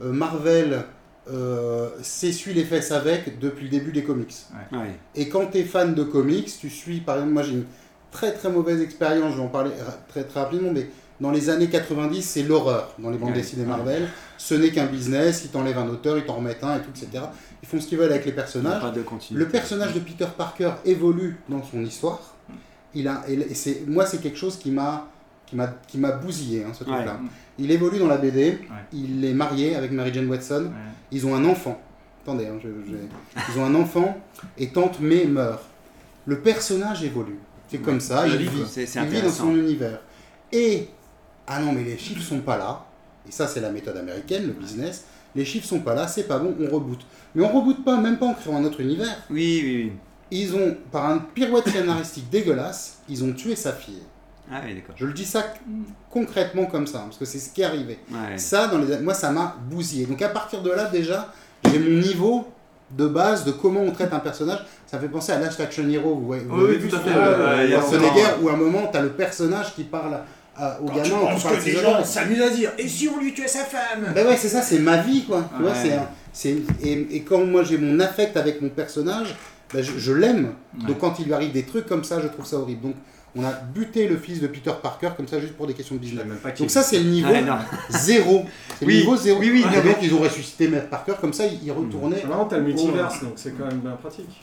S4: euh, Marvel euh, s'essuie les fesses avec depuis le début des comics.
S1: Ouais.
S4: Et quand tu es fan de comics, tu suis, par exemple, moi j'ai une très très mauvaise expérience, je vais en parler ra- très très rapidement, mais dans les années 90, c'est l'horreur dans les bandes
S1: Ouais.
S4: dessinées Marvel. Ce n'est qu'un business, ils t'enlèvent un auteur, ils t'en remettent un, et tout, etc. Ils font ce qu'ils veulent avec les personnages.
S1: Il y a pas de continuité.
S4: Le personnage de Peter Parker évolue dans son histoire. Il a, et et c'est, moi, c'est quelque chose qui m'a, qui m'a, qui m'a bousillé, hein, ce truc-là.
S1: Ouais.
S4: Il évolue dans la BD, il est marié avec Mary Jane Watson, ils ont un enfant. Attendez, hein, je- je- ils ont un enfant et tante May meurt. Le personnage évolue. C'est comme ça,
S1: La
S4: il
S1: vie,
S4: vit,
S1: quoi. C'est- c'est
S4: il vit dans
S1: intéressant.
S4: son univers. Et, ah non, mais les chiffres sont pas là. Et ça, c'est la méthode américaine, le business. Les chiffres sont pas là, c'est pas bon, on reboot. Mais on reboot pas, même pas en créant un autre univers.
S1: Oui, oui, oui.
S4: Ils ont, par un pirouette scénaristique dégueulasse, ils ont tué sa fille.
S1: Ah oui, d'accord.
S4: Je le dis ça c- concrètement comme ça, hein, parce que c'est ce qui est arrivé.
S1: Ouais.
S4: Ça, dans les... moi, ça m'a bousillé. Donc à partir de là, déjà, j'ai mon niveau de base de comment on traite un personnage. Ça me fait penser à Last Action Hero. Vous voyez, vous
S5: Oui,
S4: avez
S5: oui,
S4: vu
S5: tout à
S4: ce
S5: fait,
S4: film,
S5: ouais,
S4: euh,
S5: ouais, il y a
S4: Schwarzenegger,
S5: longtemps.
S4: où à un moment, t'as le personnage qui parle à- au
S5: Quand
S4: gamin.
S5: tu
S4: on
S5: penses
S4: parle
S5: que
S4: de
S5: les
S4: ses
S5: gens
S4: oreilles.
S5: s'amusent à dire, Et si on lui tuait sa femme
S4: Ben ouais, c'est ça, c'est ma vie, quoi. Tu vois,
S5: Ouais.
S4: c'est un- c'est- et, et quand moi j'ai mon affect avec mon personnage, ben, je, je l'aime. Donc quand il lui arrive des trucs comme ça, je trouve ça horrible. Donc on a buté le fils de Peter Parker comme ça juste pour des questions de business.
S1: qu'il
S4: Donc ça c'est le niveau
S1: Ouais, non.
S4: zéro. C'est
S1: Oui,
S4: le niveau zéro.
S1: oui, Mm. oui,
S4: et
S1: d'accord.
S4: donc ils ont ressuscité Peter Parker comme ça, ils retournaient.
S3: Maintenant, t'as le multiverse, donc c'est quand même bien pratique.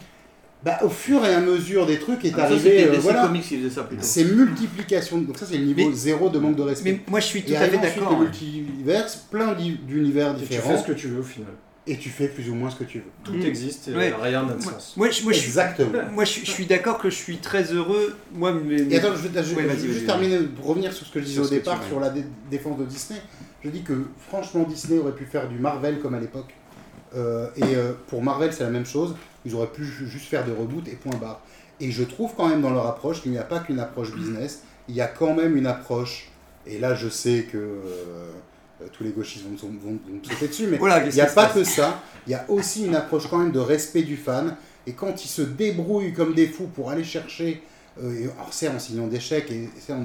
S4: Bah, au fur et à mesure des trucs est
S5: Ah, ça,
S4: arrivé.
S5: c'était
S4: euh,
S5: DC
S4: voilà.
S5: Comics qui faisait ça plutôt.
S4: C'est multiplication. Donc ça c'est le niveau zéro de manque de respect.
S1: Mais moi je suis tout
S4: Et
S1: à fait
S4: arrive ensuite
S1: d'accord. hein.
S4: le multiverse, plein d'i- d'univers
S3: tu
S4: différents.
S3: fais ce que tu veux, au final.
S4: Et tu fais plus ou moins ce que tu veux.
S3: Tout existe et rien n'a de
S1: Moi-
S3: sens.
S1: Moi, je- moi, je suis-
S4: Exactement.
S1: Moi, je, je suis d'accord que je suis très heureux. Moi, mais,
S4: Et attends, je vais je-
S1: Ouais, vas-y,
S4: je- juste
S1: vas-y, vas-y.
S4: terminer, pour revenir sur ce que je disais
S1: Sur
S4: au
S1: ce que
S4: départ
S1: tu- ouais.
S4: sur la dé- défense de Disney. Je dis que franchement, Disney aurait pu faire du Marvel comme à l'époque. Euh, et euh, pour Marvel, c'est la même chose. Ils auraient pu ju- juste faire des reboots et point barre. Et je trouve quand même dans leur approche qu'il n'y a pas qu'une approche business. Il y a quand même une approche. Et là, je sais que euh, euh, tous les gauchistes vont, me- vont- vont me sauter dessus, mais
S1: Voilà,
S4: il
S1: qu'est-ce
S4: n'y a
S1: qui se
S4: pas
S1: passe
S4: que ça. Il y a aussi une approche quand même de respect du fan. Et quand ils se débrouillent comme des fous pour aller chercher, euh, et- alors c'est en signant des chèques, et c'est en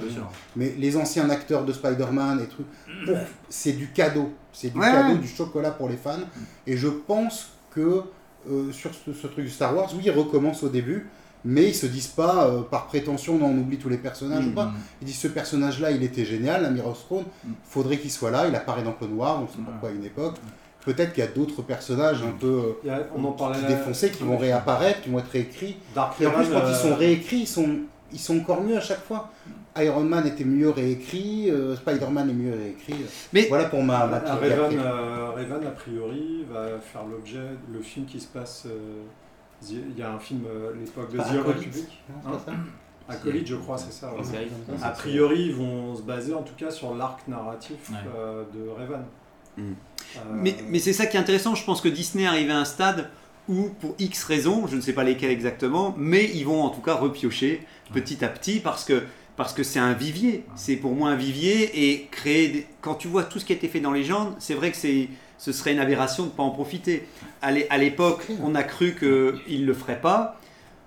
S4: mais les anciens acteurs de Spider-Man et trucs, pour- c'est du cadeau. C'est du
S1: Ouais,
S4: cadeau,
S1: ouais.
S4: du chocolat pour les fans. Et je pense que euh, sur ce, ce truc de Star Wars, oui, ils recommencent au début, mais ils se disent pas euh, par prétention, non, on oublie tous les
S5: Mm.
S4: personnages ou pas.
S5: Hmm.
S4: Ils disent ce personnage-là, il était génial, la Mirror's Throne,
S3: Mm.
S4: faudrait qu'il soit là, il apparaît dans Clone Wars, on sait pourquoi à une époque. Peut-être qu'il y a d'autres personnages un peu euh,
S3: Il y a- Mm. on en parlait
S4: qui
S3: là-
S4: défoncés qui vont réapparaître, qui vont être réécrits.
S3: Dark
S4: Et en plus,
S3: Iron,
S4: quand
S3: euh,
S4: ils
S3: Mm.
S4: sont réécrits, ils sont, ils sont encore mieux à chaque fois. Iron Man était mieux réécrit, euh, Spider-Man est mieux réécrit.
S1: Mais
S4: voilà pour ma, ma
S3: Euh,
S4: petite
S3: Raven,
S4: gaffe.
S3: euh, Raven, a priori, va faire l'objet, le film qui se passe. euh, The- Il y a un film, euh, l'époque de
S4: Pas
S3: The Old
S4: Bah, Acolyte,
S3: Republic.
S4: non, c'est pas ça
S3: Acolyte, je crois, c'est ça.
S4: Une
S3: ouais.
S4: série, comme ça.
S3: A priori, ils vont se baser en tout cas sur l'arc narratif
S1: Ouais.
S3: euh, de Raven. Euh,
S1: Mais, mais c'est ça qui est intéressant. Je pense que Disney est arrivé à un stade où, pour X raisons, je ne sais pas lesquelles exactement, mais ils vont en tout cas repiocher petit à petit parce que parce que c'est un vivier. C'est pour moi un vivier et créer. des- Quand tu vois tout ce qui a été fait dans les légendes, c'est vrai que c'est ce serait une aberration de ne pas en profiter. À l'é- à l'époque, on a cru qu'ils ne le feraient pas.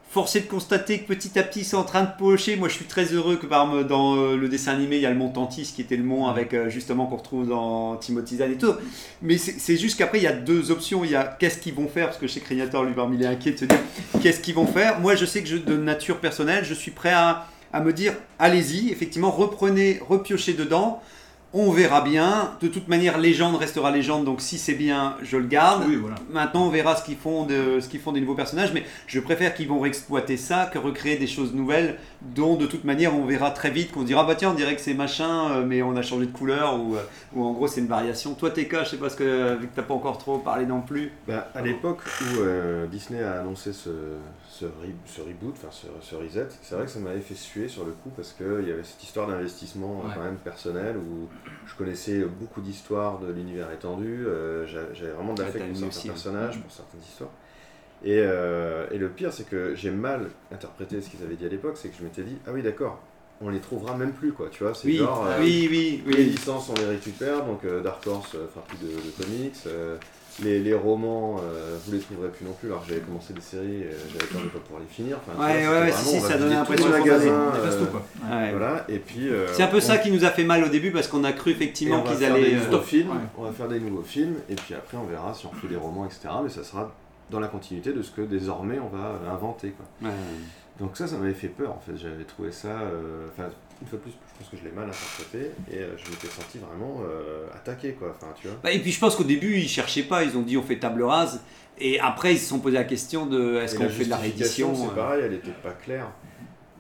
S1: Forcé de constater que petit à petit c'est en train de pocher. Moi je suis très heureux que par exemple, dans euh, le dessin animé il y a le mont Tantis qui était le mont avec euh, justement qu'on retrouve dans Timothy Zahn et tout. Mais c'est c'est juste qu'après il y a deux options. Il y a qu'est-ce qu'ils vont faire parce que chez Créateur lui parmi il est inquiet de se dire qu'est-ce qu'ils vont faire. Moi je sais que je, de nature personnelle je suis prêt à à me dire allez-y, effectivement, reprenez, repiochez dedans. On verra bien. De toute manière, légende restera légende, donc si c'est bien, je le garde.
S5: Ah Oui, voilà.
S1: Maintenant, on verra ce qu'ils font, de, ce qu'ils font des nouveaux personnages, mais je préfère qu'ils vont réexploiter ça que recréer des choses nouvelles, dont de toute manière, on verra très vite qu'on dira bah tiens, on dirait que c'est machin, euh, mais on a changé de couleur, ou, euh, ou en gros, c'est une variation. Toi, TK, je sais pas ce que, euh, vu que t'as pas encore trop parlé non plus.
S2: Bah, à l'époque où euh, Disney a annoncé ce, ce, re- ce reboot, enfin ce, ce reset, c'est vrai que ça m'avait fait suer sur le coup parce qu'il y avait cette histoire d'investissement euh,
S5: Ouais.
S2: quand même personnel où je connaissais beaucoup d'histoires de l'univers étendu, euh, j'a- j'avais vraiment de
S1: Ouais,
S2: l'affect
S1: t'as
S2: pour
S1: mis aussi,
S2: certains
S1: Mm. ouais.
S2: personnages, pour certaines histoires. Et, euh, et le pire, c'est que j'ai mal interprété ce qu'ils avaient dit à l'époque, c'est que je m'étais dit, ah oui, d'accord, on les trouvera même plus, quoi, tu vois, c'est
S1: Oui, Ah
S2: genre, euh,
S1: oui, oui, oui.
S2: les licences, on les récupère, donc euh, Dark Horse euh, fera plus de, de comics, euh, les, les romans, euh, vous les trouverez plus non plus, alors que j'avais commencé des séries, euh, j'avais peur de ne pas pouvoir les finir. Enfin,
S1: Ouais,
S2: tu
S1: ouais,
S2: vois,
S1: ouais,
S2: c'était
S1: si, si,
S2: vraiment, on
S1: ça
S2: va
S1: donnait
S2: vider
S1: l'impression
S2: tout le
S1: de
S2: magasin,
S1: regarder.
S2: euh,
S1: Des restos,
S5: quoi.
S1: Ouais.
S2: Voilà, et puis... euh,
S1: C'est un peu ça
S2: on-
S1: qui nous a fait mal au début parce qu'on a cru
S2: et on
S1: effectivement
S2: va
S1: qu'ils
S2: faire
S1: allaient.
S2: des
S1: euh,
S2: nouveaux films, on va faire des nouveaux films, et puis après on verra si on fait des romans, etc. Mais ça sera dans la continuité de ce que désormais on va euh, inventer. Quoi.
S1: Ouais.
S2: Donc ça, ça m'avait fait peur en fait. J'avais trouvé ça. euh, Enfin, une fois de plus, je pense que je l'ai mal interprété, et euh, je m'étais senti vraiment euh, attaqué quoi. Enfin, tu vois.
S1: Bah, et puis je pense qu'au début ils cherchaient pas, ils ont dit on fait table rase et après ils se sont posé la question de est-ce
S2: Et
S1: qu'on
S2: la
S1: fait de la euh.
S2: justification,
S1: réédition
S2: C'est pareil, elle n'était pas claire.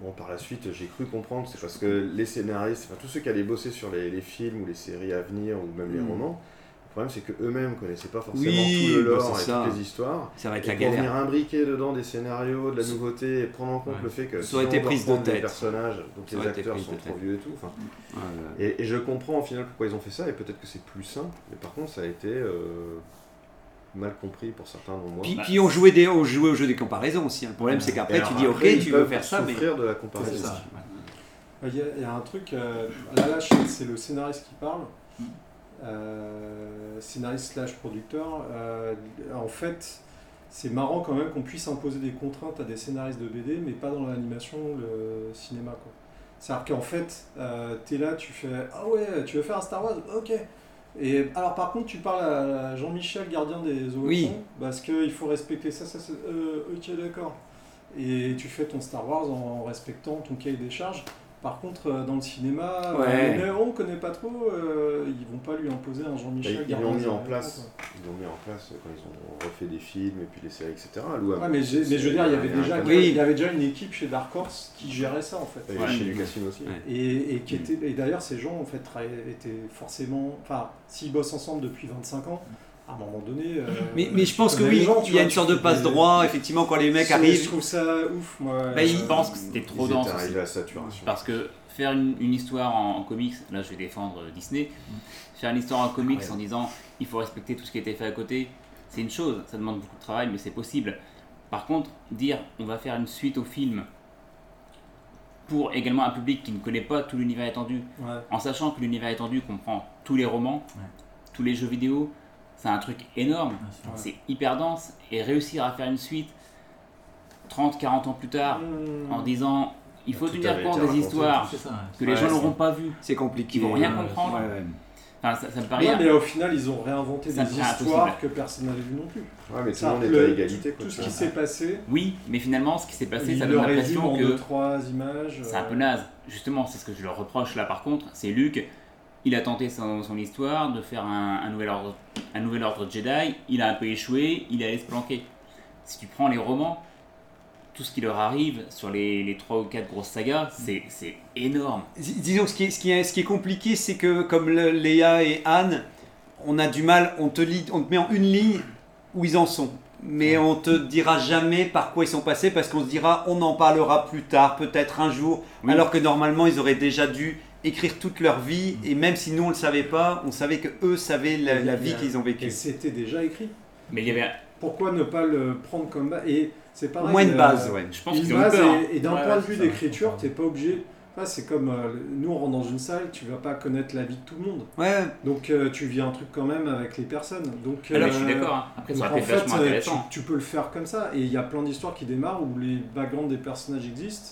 S2: Bon, par la suite, j'ai cru comprendre, c'est parce que les scénaristes, enfin tous ceux qui allaient bosser sur les, les films ou les séries à venir ou même les
S1: Mm.
S2: romans, le problème c'est qu'eux-mêmes connaissaient pas forcément
S1: Oui,
S2: tout le
S1: bah,
S2: lore
S1: c'est
S2: et
S1: ça.
S2: toutes les histoires.
S1: Ça va être
S2: Et
S1: la
S2: pour
S1: galère.
S2: venir imbriquer dedans des scénarios, de la nouveauté, et prendre en compte
S1: Ouais.
S2: le fait que
S1: Ça aurait
S2: sinon,
S1: été
S2: on doit
S1: prise de
S2: reprendre des
S1: tête.
S2: personnages, donc
S1: Ça
S2: les
S1: aurait été
S2: acteurs
S1: prise
S2: sont
S1: de
S2: trop
S1: tête.
S2: vieux et tout. enfin.
S1: Ouais,
S2: Et, et je comprends au final pourquoi ils ont fait ça, et peut-être que c'est plus simple, mais par contre ça a été euh, mal compris pour certains d'entre moi.
S1: Puis, puis on, jouait des, on jouait au jeu des comparaisons aussi. hein. Le problème c'est qu'après
S2: Ah, Et
S1: tu
S2: alors
S1: dis ok
S2: après, ils
S1: tu veux
S2: peuvent
S1: faire ça mais.
S2: souffrir de la comparaison.
S1: C'est ça.
S3: Il y, a- il y a un truc, euh, là, là, je- c'est le scénariste qui parle, euh, scénariste slash producteur. euh, en fait, c'est marrant quand même qu'on puisse imposer des contraintes à des scénaristes de BD, mais pas dans l'animation, le cinéma. quoi. C'est-à-dire qu'en fait, tu es là, tu fais Ah ouais, tu veux faire un Star Wars Ok. Et alors par contre, tu parles à Jean-Michel, gardien des eaux
S1: Oui.
S3: parce qu'il faut respecter ça, ça, ça. Euh, ok, d'accord. Et tu fais ton Star Wars en respectant ton cahier des charges. Par contre, euh, dans le cinéma,
S1: Ouais.
S3: euh, les néons, on connaît pas trop, euh, ils vont pas lui imposer un
S2: Bah,
S3: Jean-Michel
S2: ils l'ont
S3: gardien des
S2: mis en
S3: Eaux,
S2: place.
S3: quoi.
S2: Ils l'ont mis en place quand ils ont refait des films et puis les séries, etc. Louable.
S3: Ouais, mais, j'ai- mais je veux dire, il y, avait déjà,
S2: Oui.
S3: il y avait déjà une équipe chez Dark Horse qui gérait ça en fait.
S2: Et chez Lucasfilm aussi.
S3: Et, et qui était- et d'ailleurs, ces gens, en fait, travaillaient- étaient forcément. Enfin, s'ils bossent ensemble depuis 25 ans, à un moment donné. euh,
S1: Mais, mais je
S3: tu
S1: pense que
S3: connais les
S1: oui,
S3: gens, tu
S1: il y a
S3: vois,
S1: une
S3: tu
S1: sorte de
S3: fais
S1: passe
S3: des-
S1: droit, effectivement, quand les mecs
S3: Je-
S1: arrivent.
S3: Je trouve ça ouf, moi.
S8: Bah,
S3: Euh,
S8: je pense que c'était trop
S2: Ils
S8: dense.
S2: étaient arrivés
S8: aussi.
S2: à saturation.
S8: Parce que faire une, une histoire en, en comics, là je vais défendre euh, Disney, faire une histoire en comics en disant il faut respecter tout ce qui a été fait à côté, c'est une chose, ça demande beaucoup de travail, mais c'est possible. Par contre, dire on va faire une suite au film pour également un public qui ne connaît pas tout l'univers étendu,
S3: Ouais.
S8: en sachant que l'univers étendu comprend tous les romans, tous les jeux vidéo, c'est un truc énorme,
S3: Ouais.
S8: c'est hyper dense, et réussir à faire une suite 30, 40 ans plus
S1: Ah.
S8: tard,
S3: Hmm. Mm.
S8: en disant il faut
S2: Tout
S8: tenir
S2: avait
S8: compte
S2: été
S8: des
S2: raconté.
S8: histoires
S5: Ah, C'est ça, ouais.
S8: que les
S2: Ouais,
S8: gens
S2: c'est-
S8: n'auront pas vues,
S1: C'est compliqué.
S8: qui vont rien
S1: Ouais,
S8: comprendre.
S1: ouais, ouais.
S8: Enfin, ça, ça me paraît.
S3: Ouais, mais au final, ils ont réinventé
S8: hein. Ça
S3: des
S8: me paraît
S3: histoires
S8: impossible.
S3: que personne n'avait vu non plus.
S2: Ouais, mais tout le
S3: Ça,
S2: monde était
S3: le-
S2: à égalité.
S3: Tout
S2: quoi,
S3: ce
S2: tu
S3: qui
S2: vois.
S3: s'est passé,
S8: Oui, mais finalement, ce qui s'est passé,
S3: ils
S8: Bah, ça
S3: le
S8: donne
S3: résument
S8: l'impression
S3: en
S8: que
S3: deux, trois images.
S8: c'est un peu
S3: euh,
S8: naze. Justement, c'est ce que je leur reproche là par contre. C'est Luke, il a tenté son, son histoire de faire un, un nouvel ordre, un nouvel ordre Jedi, il a un peu échoué, il est allé se planquer. Si tu prends les romans, tout ce qui leur arrive sur les, les 3 ou 4 grosses sagas, c'est c'est énorme.
S1: Dis- Disons, ce qui est, ce qui est, ce qui est compliqué, c'est que comme le- Léa et Anne, on a du mal, on te, lit, on te met en une ligne où ils en sont. Mais on te dira jamais par quoi ils sont passés parce qu'on se dira on en parlera plus tard, peut-être un jour,
S8: Oui.
S1: alors que normalement ils auraient déjà dû écrire toute leur vie et même si nous on le savait pas, on savait que eux savaient la, la vie qu'ils ont
S3: Et
S1: vécue.
S3: c'était déjà écrit.
S8: Mais il y avait.
S3: Pourquoi ne pas le prendre comme base Et c'est pareil.
S1: Moins une
S3: euh,
S1: base, ouais.
S8: Je pense
S3: une
S8: qu'ils ont eu
S3: base
S8: peur. hein.
S3: et, et d'un
S5: Ouais,
S3: point
S5: ouais,
S3: de
S5: c'est
S3: vue
S5: ça,
S3: d'écriture,
S5: je
S3: t'es pas obligé. Ah, c'est comme euh, le- nous, on rentre dans une salle, tu vas pas connaître la vie de tout le monde.
S1: Ouais.
S3: Donc euh, tu vis un truc quand même avec les personnes. Donc, euh,
S8: Ah, mais je suis d'accord, hein. Après, ça
S3: donc,
S8: aurait été
S3: en fait,
S8: vachement
S3: euh,
S8: intéressant.
S3: Tu, tu peux le faire comme ça. Et il y a plein d'histoires qui démarrent où les backgrounds des personnages existent.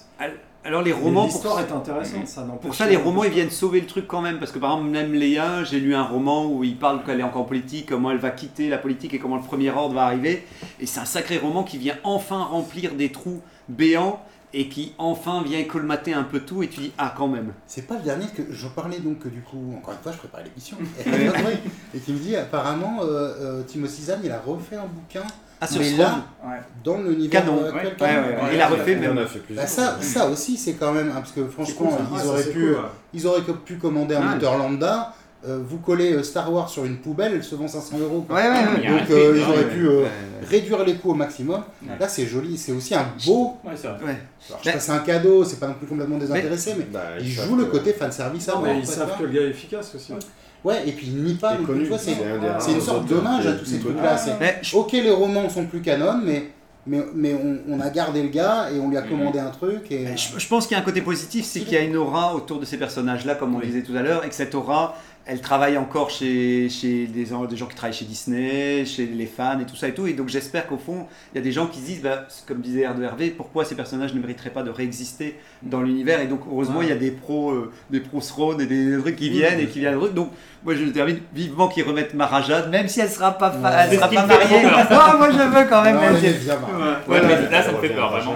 S1: Alors les
S3: Mais
S1: romans, pour,
S3: L'histoire est intéressante, ça n'empêche
S1: pour ça
S3: pas
S1: les
S3: que-
S1: romans ils viennent sauver le truc quand même parce que par exemple même Léa, j'ai lu un roman où il parle qu'elle est encore en politique, comment elle va quitter la politique et comment le premier ordre va arriver. Et c'est un sacré roman qui vient enfin remplir des trous béants et qui enfin vient colmater un peu tout et tu dis ah quand même.
S4: C'est pas le dernier que je parlais donc du coup encore une fois je prépare l'émission et, et qui me dit apparemment euh, euh, Timothy Zahn il a refait un bouquin
S1: ah, sur
S4: mais
S1: Spawn.
S4: là
S1: Ouais.
S4: dans l'univers
S1: Canon.
S4: euh,
S1: Ouais.
S4: quel
S1: Ouais, ouais, ouais. Il a refait, mais-
S4: Bah,
S1: On en a fait plusieurs.
S4: ça ça aussi c'est quand même hein, parce que franchement
S1: cool, ça. Ah,
S4: ils
S1: ça,
S4: auraient
S1: c'est
S4: pu euh,
S1: cool,
S3: euh,
S1: ouais.
S4: ils auraient pu commander un
S1: Ouais.
S4: moteur lambda euh, vous collez euh, Star Wars sur une poubelle, elle se vend 500 euros. quoi.
S1: Ouais, ouais, ouais. Il y a un
S4: Donc euh,
S1: film,
S4: ils auraient
S1: ouais.
S4: pu euh,
S1: Ouais.
S4: réduire les coûts au maximum.
S1: Ouais.
S4: Là, c'est joli, c'est aussi un beau.
S5: Ouais, c'est vrai.
S1: Ouais.
S4: Alors, je sais pas, c'est un cadeau, c'est pas non plus complètement désintéressé, mais,
S3: ils
S2: Bah,
S4: ils
S3: savent
S4: jouent le
S3: que-
S4: côté fanservice
S3: Non,
S4: avant,
S3: mais
S4: en
S3: ils
S4: fait,
S3: savent
S4: tu
S3: que le gars est efficace aussi. hein.
S4: vois. Ouais, et puis il nie pas, donc, tu vois, c'est
S3: c'est un des rares
S4: c'est une sorte
S3: auteurs
S4: d'hommage à
S3: qui-
S4: tous ces
S3: qui-
S4: trucs-là. c'est-
S3: Ouais.
S4: Ok, les romans sont plus canon, mais, mais, mais on, on a gardé le gars et on lui a commandé un truc. Et...
S1: Euh, Je pense qu'il y a un côté positif, c'est qu'il y a une aura autour de ces personnages-là, comme on disait tout à l'heure, et que cette aura, elle travaille encore chez, chez des, gens- des gens qui travaillent chez Disney, chez les fans et tout ça et tout. Et donc j'espère qu'au fond, il y a des gens qui se disent, bah, c'est comme disait R2RV, pourquoi ces personnages ne mériteraient pas de réexister dans l'univers. Et donc heureusement, il y a des pros, euh, des pros Throne et des, des trucs qui
S7: Oui,
S1: viennent
S7: oui.
S1: et qui viennent. Donc moi, je termine vivement qu'ils remettent Marajad, même si elle sera pas, fa-
S7: Ouais.
S1: elle
S7: C'est ce
S1: sera
S7: qui
S1: pas
S7: me fait
S1: mariée.
S7: peur.
S1: Ah, moi, je veux quand même.
S7: Non,
S1: elle-
S7: elle est bien mariée. Ouais.
S1: Ouais,
S7: Ouais,
S1: ouais.
S7: mais là, ça me fait peur, vraiment.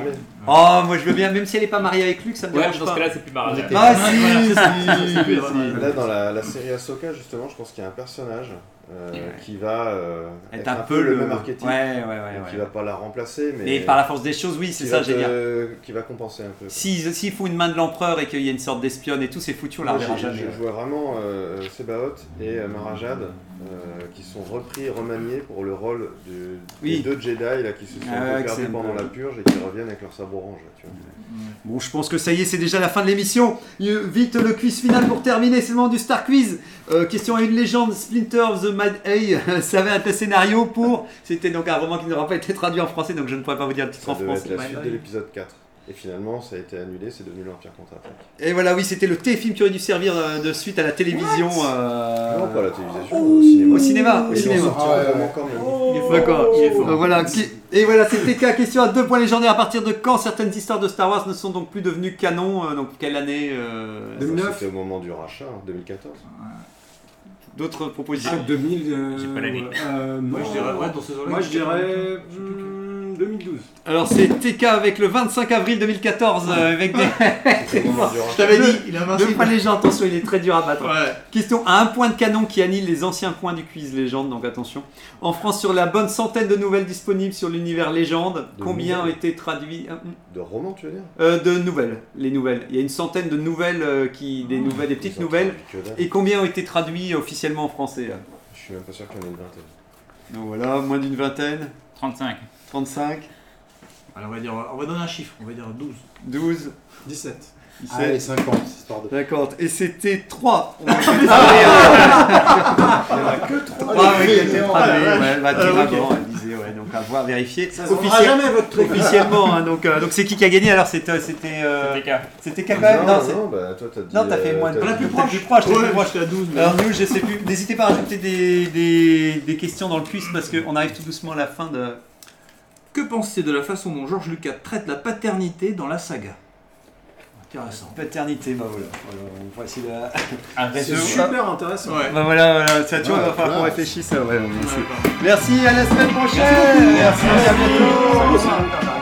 S1: Oh, moi je veux bien, même si elle est pas mariée avec Luke, ça me
S7: Ouais,
S1: dérange
S7: dans ce
S1: pas.
S7: cas-là, c'est plus mariage.
S1: Ah
S2: Ouais,
S1: si,
S2: voilà, c'est ça.
S1: si,
S2: C'est plus
S1: si.
S2: mariage. Là, dans la, la série Ahsoka, justement, je pense qu'il y a un personnage euh, qui va euh,
S1: Être
S2: être,
S1: un
S2: un,
S1: peu
S2: peu le
S1: le-
S2: même archétype.
S1: Ouais, ouais, ouais,
S2: Donc,
S1: ouais.
S2: Qui va pas la remplacer, mais.
S1: Mais par la force des choses, oui, c'est
S2: qui
S1: ça,
S2: va te-
S1: génial.
S2: Qui va compenser un peu.
S1: S'ils s'ils font une main de l'empereur et qu'il y a une sorte d'espionne et tout, c'est foutu, on la
S2: Moi,
S1: reverra
S2: j'ai-
S1: jamais.
S2: Je vois vraiment euh, Sebaot et euh, Marajad euh, qui sont repris, remaniés pour le rôle de,
S1: Oui.
S2: des deux Jedi là, qui se sont
S1: Ah,
S2: un peu
S1: ouais, que
S2: perdus
S1: c'est- Mmh.
S2: pendant la purge et qui reviennent avec leur sabre orange. là, tu vois.
S1: Bon, je pense que ça y est, c'est déjà la fin de l'émission. Euh, Vite, le quiz final pour terminer, c'est le moment du Star Quiz. Euh, question à une légende, Splinter of the Mad Eye savait un scénario pour... C'était donc un roman qui n'aura pas été traduit en français, donc je ne pourrais pas vous dire le titre
S2: Ça
S1: en
S2: devait
S1: français.
S2: être la suite de l'épisode 4. Et finalement, ça a été annulé, c'est devenu l'Empire contre-attaque.
S1: Et voilà, oui, c'était le téléfilm qui aurait dû servir euh, de suite à la télévision. euh,
S2: Non, pas à la télévision, au cinéma.
S1: Au cinéma, au
S2: Ils l'ont
S1: cinéma.
S2: sorti en roman quand même.
S5: Oh.
S1: D'accord. Donc voilà, qui- Et voilà, c'était la question à deux points légendaires. À partir de quand certaines histoires de Star Wars ne sont donc plus devenues canon euh, Donc quelle année euh,
S2: Ça, C'était au moment du rachat, hein, en 2014.
S1: D'autres propositions
S3: Ah, 2000. euh,
S2: J'ai pas l'année.
S3: euh,
S2: Moi,
S3: non.
S2: je dirais, ouais, dans ces eaux-là,
S3: Moi, je
S2: c'est
S3: dirais. hmm, 2012.
S1: Alors c'est TK avec le 25 avril 2014 euh, avec des... Je t'avais dit,
S5: il a
S1: deux points légende, attention, il est très dur à battre. Question à un point de canon qui annule les anciens points du quiz légende, donc attention. En France, sur la bonne centaine de nouvelles disponibles sur l'univers légende,
S2: De
S1: combien ont
S2: nouvelles
S1: été traduits Ah, hmm.
S2: De roman, tu veux dire
S1: Euh, de nouvelles, les nouvelles. Il y a une centaine de nouvelles, euh, qui, des, nouvelles des petites
S2: Ils ont
S1: nouvelles.
S2: traduit que dalle.
S1: Et combien ont été traduits officiellement en français là
S2: Je suis même pas sûr qu'il y en ait une vingtaine.
S1: Donc voilà, moins d'une vingtaine.
S8: 35.
S1: 35.
S5: Alors, on va, dire, on va donner un chiffre, on va dire 12.
S1: 12.
S3: 17.
S1: 17. Allez,
S4: 50, histoire de.
S1: 50. Et c'était 3. On hein.
S4: Ah, ouais.
S1: que 3.
S4: Ah,
S1: Ah,
S4: les
S1: oui,
S4: fées,
S1: traduit.
S4: oh la vache.
S1: Ouais, bah,
S4: Euh, ok.
S1: avant, elle disait, ouais, donc à voir, vérifier.
S4: se vendra jamais,
S1: Ah,
S4: votre truc.
S1: Officiellement, hein, donc euh, donc c'est qui qui a gagné Alors c'était. euh, C'était euh, c'était KK.
S2: Non,
S1: Non,
S2: non,
S1: c'est-
S2: bah, toi, t'as dit,
S1: Non, t'as fait
S2: euh,
S1: moins de.
S2: t'as
S1: T'as
S2: dit-
S1: fait plus proche, t'as
S2: Ouais,
S1: fait plus proche.
S2: j'étais à 12, mais-
S1: Alors, nous, je sais plus. N'hésitez pas à rajouter des, des, des questions dans le quiz parce qu'on arrive tout doucement à la fin de.
S5: Que pensez de la façon dont George Lucas traite la paternité dans la saga Intéressant.
S1: Paternité, bah voilà. Voilà, on voit si la-
S3: C'est super intéressant.
S1: Bah voilà, voilà, ça, tu vois,
S3: Ouais,
S1: il va falloir
S3: voilà.
S1: qu'on réfléchisse. ouais, ouais, ouais, c'est- Merci, à la semaine prochaine. Merci, à bientôt.